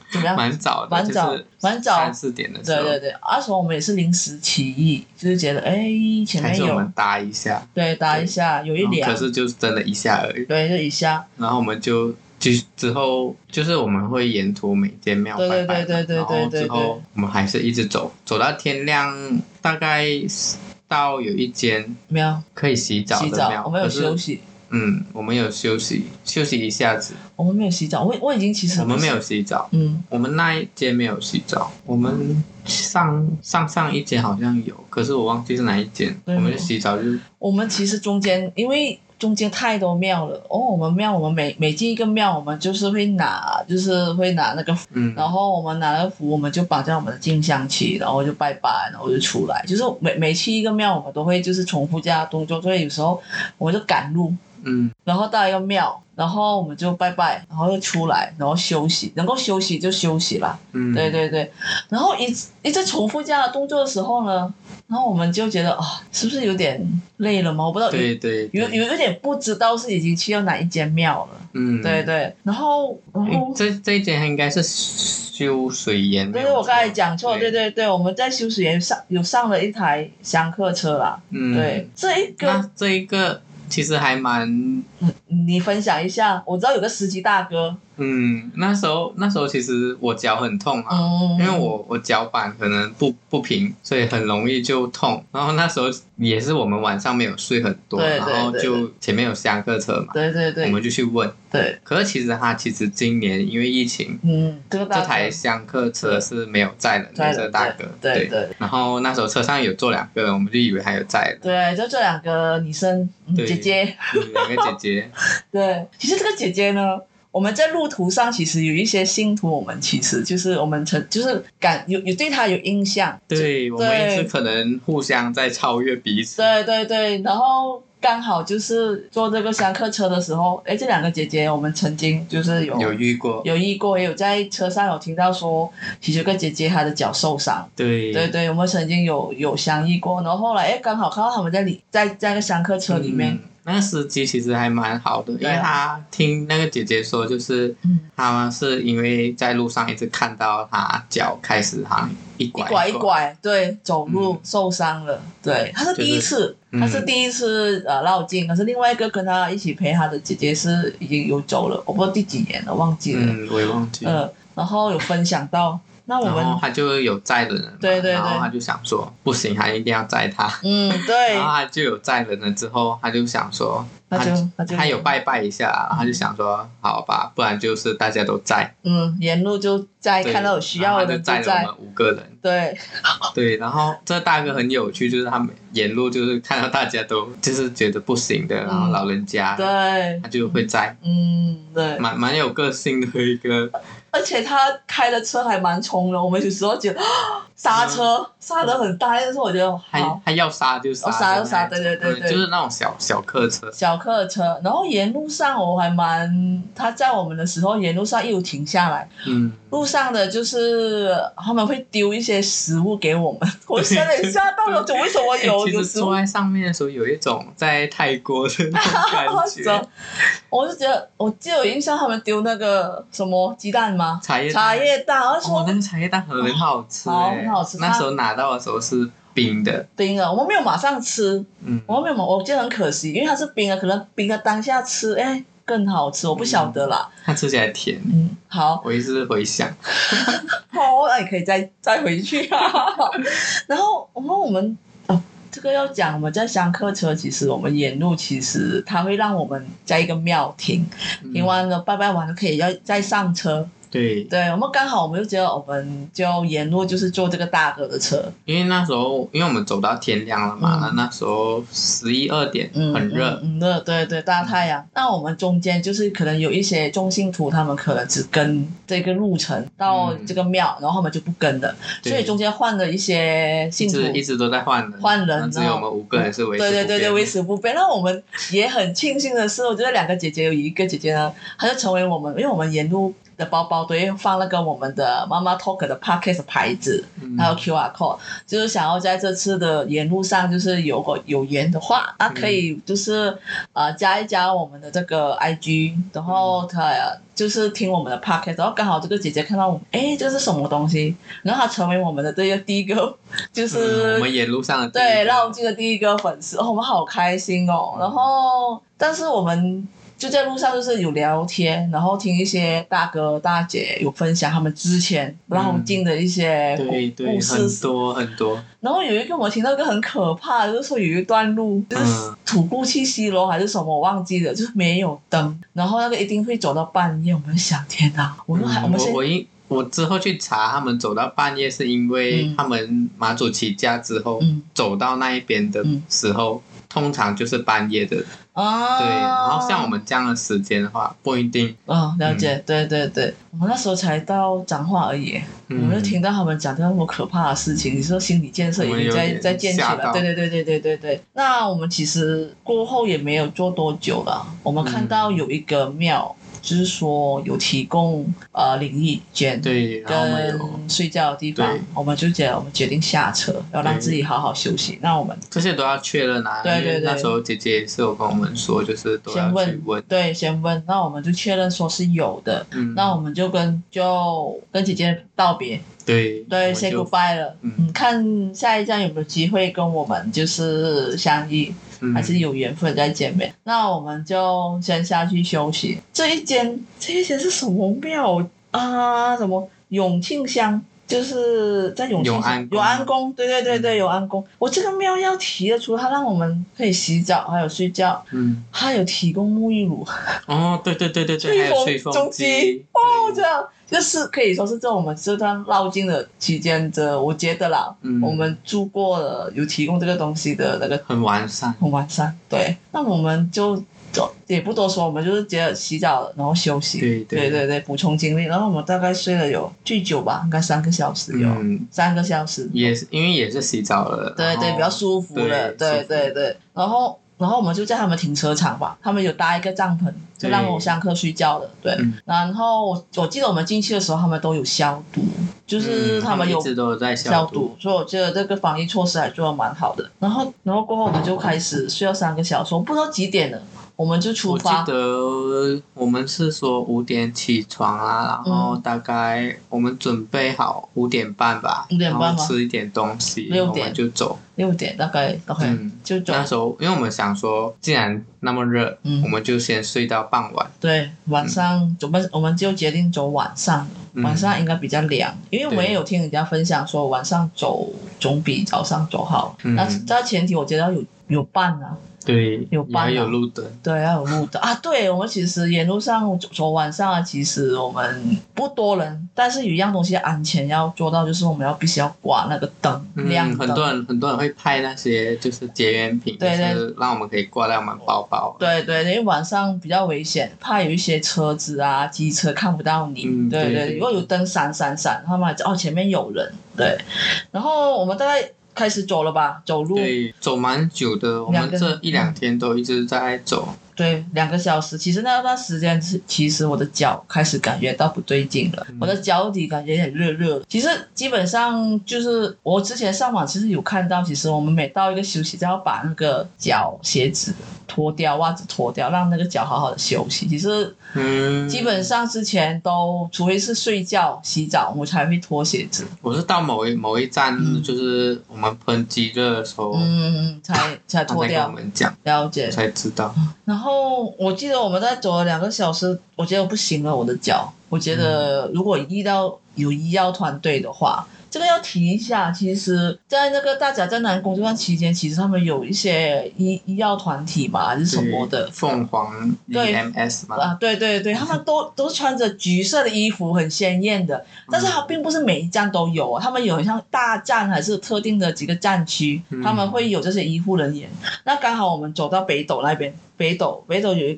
B: 怎么样？
A: 蛮早的，
B: 蛮早
A: 就是
B: 蛮早
A: 三四点的时
B: 对
A: 候，
B: 对对，那时候我们也是临时起意，就是觉得哎前
A: 还
B: 面
A: 是我
B: 有
A: 们搭一下，
B: 对搭一下，有一
A: 然后嗯
B: 两
A: 可，是就是真的一下而已，
B: 对就一下，
A: 然后我们就。就之后就是我们会沿途每间庙
B: 对
A: 拜拜嘛，
B: 对对对对
A: 然后
B: 对对
A: 之后我们还是一直走，走到天亮，大概到有一间
B: 没有
A: 可以洗澡
B: 洗
A: 的
B: 澡，
A: 庙，
B: 我们有
A: 可是
B: 休息，
A: 嗯，我们有休息休息一下子，
B: 我们没有洗澡，我我已经其实
A: 我们没有，洗澡，
B: 嗯，
A: 我们那一间没有洗澡，我们上上上一间好像有，可是我忘记是哪一间，
B: 对
A: 我们就洗澡就
B: 我们其实中间因为。中间太多庙了哦，我们庙，我们每每进一个庙，我们就是会拿，就是会拿那个
A: 嗯，
B: 然后我们拿了符，我们就绑在我们的静香旗，然后就拜拜，然后就出来。就是每每去一个庙，我们都会就是重复这样的动作，所以有时候我们就赶路，
A: 嗯
B: 然后到一个庙，然后我们就拜拜，然后就出来，然后休息，能够休息就休息啦。
A: 嗯，
B: 对对对，然后一直一直重复这样的动作的时候呢，然后我们就觉得啊，是不是有点累了吗？我不知道有
A: 对对
B: 有
A: 对，
B: 有有点不知道是已经去到哪一间庙了。
A: 嗯
B: 对对，然后嗯然
A: 诶
B: 后。
A: 嗯这这一间应该是修水岩，
B: 对对，我刚才讲错，
A: 对
B: 对对对，我们在修水园上有上了一台香客车啦。
A: 嗯，
B: 对，，这一个嗯
A: 那这一个其实还蛮
B: 你分享一下，我知道有个司机大哥，
A: 嗯，那时候那时候其实我脚很痛啊，
B: 嗯，
A: 因为我我脚板可能不不平，所以很容易就痛。然后那时候也是我们晚上没有睡很多，
B: 对对
A: 然后
B: 对
A: 就前面有香客车嘛，
B: 对对
A: 我
B: 对
A: 们就去问。
B: 对，
A: 可是其实他其实今年因为疫情，
B: 嗯，这个大
A: 这
B: 哥
A: 台香客车是没有载人的，
B: 载人
A: 这个大哥
B: 对对
A: 然后那时候车上有坐两个人，我们就以为还有载 人，
B: 对，就这两个女生、嗯
A: 对
B: 姐姐，
A: 有两个姐姐，
B: 对，其实这个姐姐呢。我们在路途上其实有一些信徒，我们其实就是我们曾就是感有有对她有印象，
A: 对我们一直可能互相在超越彼此。
B: 对对对，然后刚好就是坐这个香客车的时候，哎，这两个姐姐我们曾经就是有
A: 有遇过，
B: 有遇过，也有在车上有听到说，其实有个姐姐她的脚受伤。
A: 对
B: 对对，我们曾经有有相遇过，然后后来哎，刚好看到他们在里在在那个香客车里面，
A: 嗯那个司机其实还蛮好的，因
B: 对啊
A: 为他听那个姐姐说，就是
B: 嗯，
A: 他是因为在路上一直看到他脚开始好像一
B: 一
A: 拐
B: 拐一
A: 一，
B: 拐，对，走路、
A: 嗯
B: 受伤了，对，她是第一次，
A: 嗯
B: 她是第一次呃绕境，可是另外一个跟她一起陪她的姐姐是已经有走了，我不知道第几年了，忘记了，
A: 嗯，我也忘记了。
B: 呃，然后有分享到，那我
A: 然
B: 们
A: 后他就有载人了嘛，
B: 对对
A: 然后
B: 对
A: 他就想说不行，他一定要载他。
B: 嗯，对
A: 然，后他就有载人了之后，他就想说，
B: 那
A: 啊他
B: 就那就
A: 他有拜拜一下，然后他就想说，好吧，不然就是大家都载，
B: 嗯，沿路就在
A: 对
B: 看到有需要
A: 然后
B: 的
A: 他
B: 人
A: 就
B: 就
A: 载
B: 在
A: 了，我们五个人，
B: 对，
A: 对，然后这大哥很有趣，就是他们沿路就是看到大家都就是觉得不行的，然后老人家，
B: 嗯对，
A: 他就会在
B: 嗯，对，
A: 蛮蛮有个性的一个，
B: 而且他开的车还蛮冲的，我们有时候觉得啊刹
A: 嗯
B: 车刹得很大，但是我觉得
A: 他
B: 好
A: 他要杀就杀
B: 哦
A: 的
B: 杀
A: 那
B: 就
A: 一种，
B: 杀对对对对
A: 就是那种小小客车，
B: 小客车，然后沿路上我还蛮他载我们的时候，沿路上又停下来，
A: 嗯，
B: 路上的就是他们会丢一些食物给我们，我吓了一吓到了，就为什么
A: 哎
B: 有
A: 其
B: 有
A: 实
B: 食物
A: 坐？在上面的时候，有一种在泰国的那 种感觉，
B: 我就觉得，我记得有印象，他们丢那个什么鸡蛋吗？
A: 茶叶蛋
B: 茶叶蛋，然后说
A: 哦，那个茶叶蛋很好吃、
B: 好
A: 哎
B: 哦很好吃它
A: 那时候拿到的时候是冰的，
B: 冰啊了，我们没有马上吃，
A: 嗯，
B: 我们没有马，我觉得很可惜，因为它是冰的，啊可能冰的当下吃，哎，更好吃，我不晓得啦。
A: 它吃起来甜。
B: 嗯，好，
A: 我一直回想，
B: 好，哦那你可以再再回去啊。 然后，然后我们哦，这个要讲，我们在香客车，其实我们沿路其实它会让我们在一个庙停，
A: 嗯
B: 停完了拜拜完了可以要再上车。
A: 对，
B: 对，我们刚好我们就觉得我们就沿路就是坐这个大哥的车，
A: 因为那时候，因为我们走到天亮了嘛，
B: 嗯
A: 那时候十一二点，
B: 嗯，
A: 很热，
B: 嗯，嗯热，对对，大太阳。那我们中间就是可能有一些中信徒，他们可能只跟这个路程到
A: 嗯
B: 这个庙，然后他们就不跟了，
A: 对
B: 所以中间换了一些
A: 一
B: 信徒。
A: 直一直都在换人，
B: 换人
A: 那只有我们五个人是维持
B: 对对对对，
A: 不
B: 维
A: 变
B: 持不变。那我们也很庆幸的是，我觉得两个姐姐有一个姐姐呢，她就成为我们，因为我们沿路的包包都会放那个我们的妈妈 talk 的 p a c k a g e 牌子，
A: 嗯
B: 还有 QR code，就是想要在这次的沿路上，就是有个有缘的话，那可以就是呃加一加我们的这个 IG，然后他、就是听我们的 podcast，然后刚好这个姐姐看到我们，哎，这是什么东西？然后她成为我们的这个第一个，就
A: 嗯
B: 是、
A: 我们沿路上的第一
B: 对
A: 个
B: 绕境的第一个粉丝，哦，我们好开心哦。然后，但是我们就在路上就是有聊天，然后听一些大哥大姐有分享他们之前绕境的一些故
A: 嗯对对
B: 故
A: 很
B: 事。
A: 多很多，
B: 然后有一个我听到一个很可怕的，就是说有一段路就是
A: 嗯
B: 土库去西楼还是什么我忘记了，就是没有灯，然后那个一定会走到半夜。我们想，天哪，我们还、
A: 嗯
B: 我们
A: 我
B: 现
A: 我因我之后去查，他们走到半夜是因为
B: 嗯
A: 他们马祖起家之后，
B: 嗯
A: 走到那一边的
B: 嗯
A: 时候，通常就是半夜的，
B: 啊，
A: 对。然后像我们这样的时间的话，不一定，
B: 嗯，了解，对对对，我们那时候才到彰化而已，我
A: 嗯
B: 们就，听到他们讲那么可怕的事情，你说心理建设已
A: 我们
B: 经
A: 有
B: 在
A: 点
B: 在建起
A: 吓
B: 了，
A: 到
B: 对对对对对对对。那我们其实过后也没有做多久了，我们看
A: 嗯
B: 到有一个庙，就是说有提供呃灵异间。
A: 对，然后我们有
B: 跟睡觉的地方
A: 对，
B: 我们就觉得我们决定下车，要让
A: 对
B: 自己好好休息。那我们
A: 这些都要确认啊，
B: 对
A: 因为
B: 对对
A: 那时候姐姐也是有跟我们说，就是都要
B: 先
A: 去
B: 问，
A: 问，
B: 对，先问。那我们就确认说是有的，
A: 嗯，
B: 那我们就跟就跟姐姐道别，
A: 对
B: 对
A: 我
B: ，say
A: 就
B: goodbye 了。
A: 嗯
B: 嗯，看下一站有没有机会跟我们就是相遇，
A: 嗯
B: 还是有缘分再见面。那我们就先下去休息。这一间这一间是什么庙啊？什么永庆乡？就是在永庆
A: 永安
B: 乡
A: 宫
B: 永安宫，对对对对，
A: 嗯
B: 永安宫。我这个庙要提的，除了它让我们可以洗澡，还有睡觉，
A: 嗯，
B: 它有提供沐浴乳。
A: 哦，对对对对对，还有吹
B: 风
A: 风
B: 机
A: 机，嗯
B: 哦，这
A: 对
B: 样就是可以说是在我们这段绕境的期间的，我觉得啦，
A: 嗯
B: 我们住过了有提供这个东西的那个
A: 很完善，
B: 很完善。对，那我们就走，也不多说，我们就是接着洗澡了，然后休息。
A: 对
B: 对
A: 对
B: 对对，补充精力。然后我们大概睡了有最久吧，应该三个小时有，
A: 嗯，
B: 三个小时。
A: 也是因为也是洗澡了，
B: 对
A: 然后
B: 对，比较舒服了，
A: 对
B: 对对对。然后然后我们就在他们停车场吧，他们有搭一个帐篷，就让
A: 对
B: 偶像客睡觉的。对
A: 嗯，
B: 然后我我记得我们进去的时候，他们都有消毒，就是
A: 嗯
B: 们有
A: 一直都有在
B: 消
A: 毒，
B: 毒，所以我觉得这个防疫措施还做的蛮好的。然后然后过后我们就开始睡到三个小时，我不知道几点了，我们就出
A: 我记
B: 发。
A: 得我们是说五点起床啊，然
B: 嗯
A: 后大概我们准备好五点半吧，
B: 5点半吗
A: 然后吃一点东西，
B: 6
A: 我
B: 点
A: 们就走。
B: 六点大概大概
A: 嗯
B: 就走，
A: 那时候，因为我们想说，既然那么热，
B: 嗯
A: 我们就先睡到傍晚。
B: 对，晚上准备我们就决定走晚上了。
A: 嗯
B: 晚上应该比较凉，因为我们
A: 对
B: 也有听人家分享说晚上走总比早上走好。
A: 嗯
B: 那那前提我觉得要有有伴啊，
A: 对，也
B: 有啊傍晚
A: 有路灯，
B: 对，要有路的啊。对，我们其实沿路上走走晚上啊，其实我们不多人，但是有一样东西安全要做到，就是我们要必须要挂那个灯，亮
A: 嗯，
B: 灯。
A: 很多人很多人会拍那些就是节缘品，就
B: 对对
A: 是让我们可以挂在我们包包。
B: 对对，因为晚上比较危险，怕有一些车子啊、机车看不到你。
A: 嗯
B: 对
A: 对
B: 对，
A: 对
B: 如果有灯闪闪闪，他们还知道哦前面有人。对，然后我们大概开始走了吧，走路
A: 对，走蛮久的，我
B: 两
A: 们
B: 个
A: 这一两天都一直在走。
B: 对两个小时。其实那段时间是，其实我的脚开始感觉到不对劲了，
A: 嗯
B: 我的脚底感觉有点热热的。其实基本上就是我之前上网其实有看到，其实我们每到一个休息站要把那个脚鞋子脱掉，袜子脱掉，让那个脚好好的休息。其实
A: 嗯，
B: 基本上之前都，除非是睡觉、洗澡，我才会脱鞋子，
A: 我是到某一某一站，
B: 嗯
A: 就是我们喷鸡热的时候，
B: 嗯，才
A: 他才
B: 才脱
A: 跟我
B: 掉。
A: 们讲，
B: 了解。
A: 才知道。
B: 然后我记得我们在走了两个小时，我觉得不行了，我的脚。我觉得如果遇到有医药团队的话，这个要提一下。其实，在那个大甲在南宫这段期间，其实他们有一些医医药团体嘛，还是什么的
A: 对。凤凰
B: 对
A: EMS 嘛，
B: 啊，对对对，他们都 都穿着橘色的衣服，很鲜艳的。但是
A: 嗯
B: 它并不是每一站都有啊，他们有很像大站还是特定的几个站区，
A: 嗯
B: 他们会有这些医护人员。那刚好我们走到北斗那边，北斗北斗有一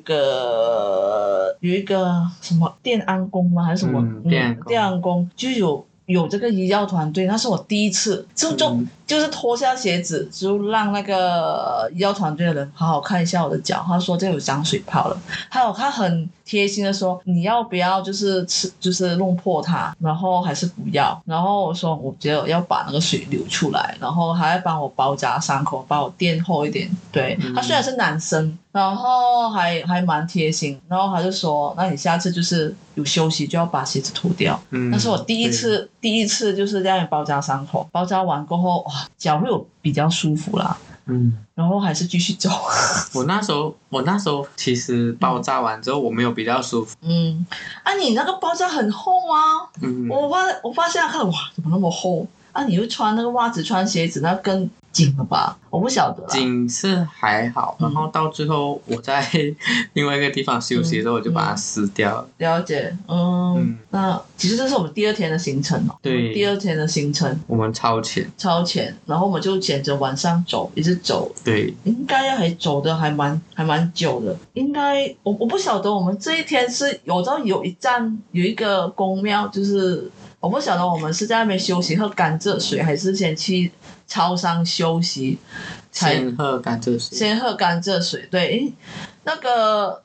B: 个有一个什么电安宫吗？还是什么？
A: 嗯电安宫
B: 电安宫就有。有这个医药团队，那是我第一次，就就、
A: 嗯
B: 就是脱下鞋子，就让那个医药团队的人好好看一下我的脚。他说这有长水泡了，还有他很贴心的说你要不要就是吃就是弄破它，然后还是不要。然后我说我觉得要把那个水流出来，然后还帮我包扎伤口，帮我垫厚一点。对
A: 嗯
B: 他虽然是男生，然后还还蛮贴心，然后他就说那你下次就是有休息就要把鞋子脱掉。
A: 嗯，
B: 那是我第一
A: 对，
B: 次，第一次就是这样包扎伤口，包扎完过后，哇，脚会有比较舒服啦，
A: 嗯。
B: 然后还是继续走。
A: 我那时候，我那时候其实爆炸完之后，我没有比较舒服。
B: 嗯，啊，你那个包扎很厚啊，
A: 嗯，
B: 我发我发现看，哇，怎么那么厚？啊，你又穿那个袜子，穿鞋子，那更紧了吧？我不晓得啦。
A: 紧是还好，
B: 嗯
A: 然后到最后我在 另外一个地方休息的时候，我就把它撕掉了。
B: 了解，嗯，
A: 嗯
B: 那其实这是我们第二天的行程哦。
A: 对
B: 我们第二天的行程
A: 我们超前，
B: 超前，然后我们就选择晚上走，一直走
A: 对，
B: 应该还走的还蛮还蛮久的，应该我我不晓得我们这一天是有到有一站有一个公庙，就是我不晓得我们是在那边休息喝甘蔗水，还是先去超商休息，才
A: 先喝甘蔗水。
B: 先喝甘蔗水。对，诶那个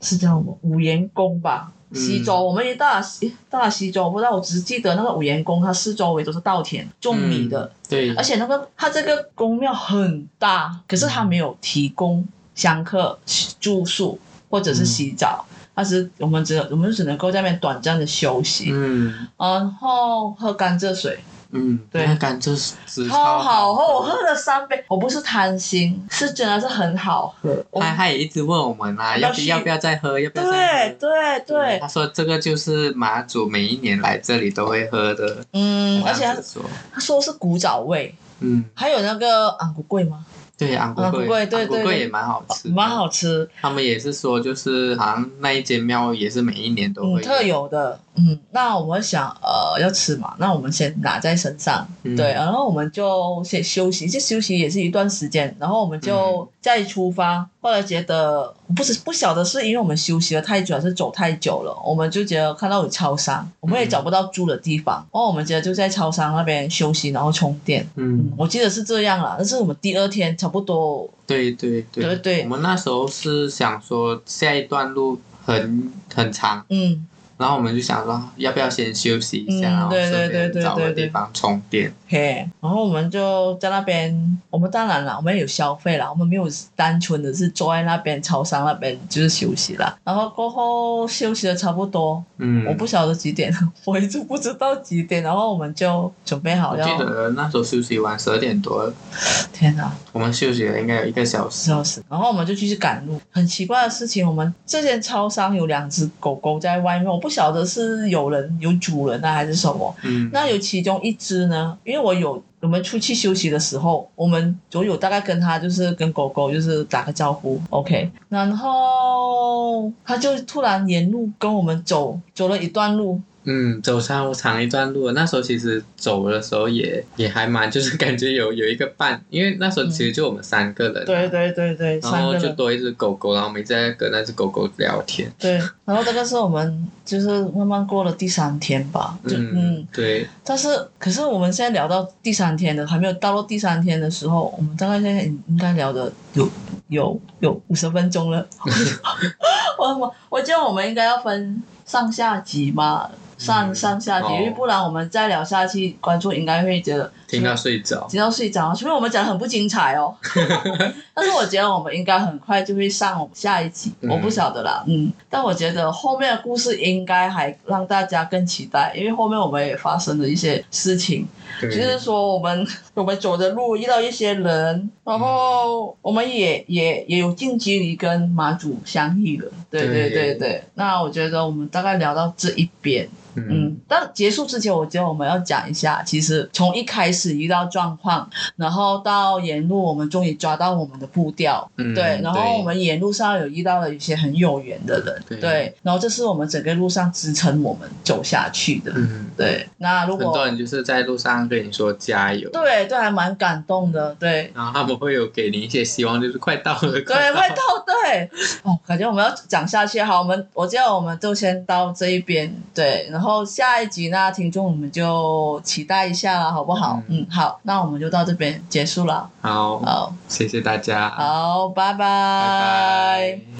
B: 是叫什么五岩宫吧？
A: 嗯
B: 西周，我们一到了西到了西周，我不知道，我只记得那个五岩宫，它四周围都是稻田，种米
A: 嗯
B: 的。
A: 对
B: 而，且那个它这个宫庙很大，可是它没有提供香客住宿或者是洗澡，它是我们只有我们只能够在那边短暂的休息，
A: 嗯
B: 然后喝甘蔗水，
A: 嗯，
B: 对
A: 那甘蔗汁
B: 超好哦喝，
A: 好
B: 我喝了三杯，我不是贪心，是真的是很好喝。我
A: 他他也一直问我们啊，
B: 要
A: 要不
B: 去
A: 要不要再喝，要不要再
B: 对
A: 喝？
B: 对对
A: 他，说这个就是马祖每一年来这里都会喝的，
B: 嗯，而
A: 这
B: 且
A: 样
B: 他
A: 子说，
B: 他说是古早味，
A: 嗯，
B: 还有那个昂古贵吗？
A: 对，昂
B: 啊昂
A: 贵，
B: 古贵对
A: 昂
B: 对
A: 贵
B: 对
A: 也蛮好吃，
B: 蛮。好吃，
A: 他们也是说，就是好像那一间庙也是每一年都
B: 嗯，
A: 会
B: 特有的，嗯，那我们想，呃，要吃嘛，那我们先拿在身上，
A: 嗯
B: 对，啊然后我们就先休息，就休息也是一段时间，然后我们
A: 嗯
B: 就再出发。后来觉得不是不晓得是因为我们休息了太久，还是走太久了，我们就觉得看到有超商，我们也
A: 嗯
B: 找不到住的地方，然后我们觉得就在超商那边休息，然后充电。嗯
A: 嗯，，
B: 我记得是这样啦，但是我们第二天差不多，
A: 对对对
B: 对对
A: 我们那时候是想说下一段路很很长，
B: 嗯，
A: 然后我们就想说要不要先休息一下，
B: 嗯
A: 然后
B: 对对
A: 顺
B: 对对
A: 便找个
B: 对对
A: 地方充电。
B: 嘿，然后我们就在那边，我们当然了，我们也有消费啦，我们没有单纯的是坐在那边超商那边就是休息啦。然后过后休息的差不多，
A: 嗯，
B: 我不晓得几点， 我一直不知道几点。然后我们就准备好
A: 我
B: 要，
A: 记得那时候休息完十二点多了，
B: 天哪，
A: 我们休息了应该有一个小时。
B: 笑死！然后我们就继续赶路。很奇怪的事情，我们这间超商有两只狗狗在外面，我不晓得是有人有主人啊还是什么，
A: 嗯，
B: 那有其中一只呢，因为我有我们出去休息的时候，我们我有大概跟它就是跟狗狗就是打个招呼，OK，然后它就突然沿路跟我们走走了一段路，
A: 嗯，走超长一段路了。那时候其实走的时候也也还蛮，就是感觉有有一个伴，因为那时候其实就我们三个人、啊
B: 对。对对对，
A: 然
B: 三
A: 后
B: 个
A: 就
B: 人。
A: 多一只狗狗，然后我们一直在跟那只狗狗聊天。
B: 对，然后这个是我们就是慢慢过了第三天吧，就嗯
A: 嗯，对，
B: 但是可是我们现在聊到第三天的，还没有到到第三天的时候，我们大概现在应该聊的有有有五十分钟了。 我我我觉得我们应该要分上下集吧，上
A: 嗯
B: 上下集，
A: 哦
B: 因为不然我们再聊下去，观众应该会觉得
A: 听到睡着。
B: 直到睡着，除非我们讲的很不精 彩哦。但是我觉得我们应该很快就会上下一集，
A: 嗯
B: 我不晓得啦，嗯。但我觉得后面的故事应该还让大家更期待，因为后面我们也发生了一些事情，
A: 对
B: 就是说我们 我们走的路遇到一些人，然
A: 嗯
B: 后我们也也也有近距离跟马祖相遇了，对
A: 对
B: 对对对。那我觉得我们大概聊到这一边。
A: 嗯
B: 嗯，但结束之前，我觉得我们要讲一下，其实从一开始遇到状况，然后到沿路，我们终于抓到我们的步调，
A: 嗯
B: 对，然后我们沿路上有遇到了一些很有缘的人，
A: 对
B: 然后这是我们整个路上支撑我们走下去的，
A: 嗯，
B: 对。那如
A: 很多
B: 果
A: 人就是在路上跟你说加油，
B: 对对，还蛮感动的，对。
A: 然后他们会有给你一些希望，就是快到了，
B: 对，快
A: 到
B: 到对，对，哦，感觉我们要讲下去，好，我们我觉得我们就先到这一边，对，然后下一集呢，听众我们就期待一下了，好不好？嗯
A: 嗯
B: 好，那我们就到这边结束了，
A: 好，
B: 好，
A: 谢谢大家，
B: 好，拜
A: 拜
B: 拜
A: 拜。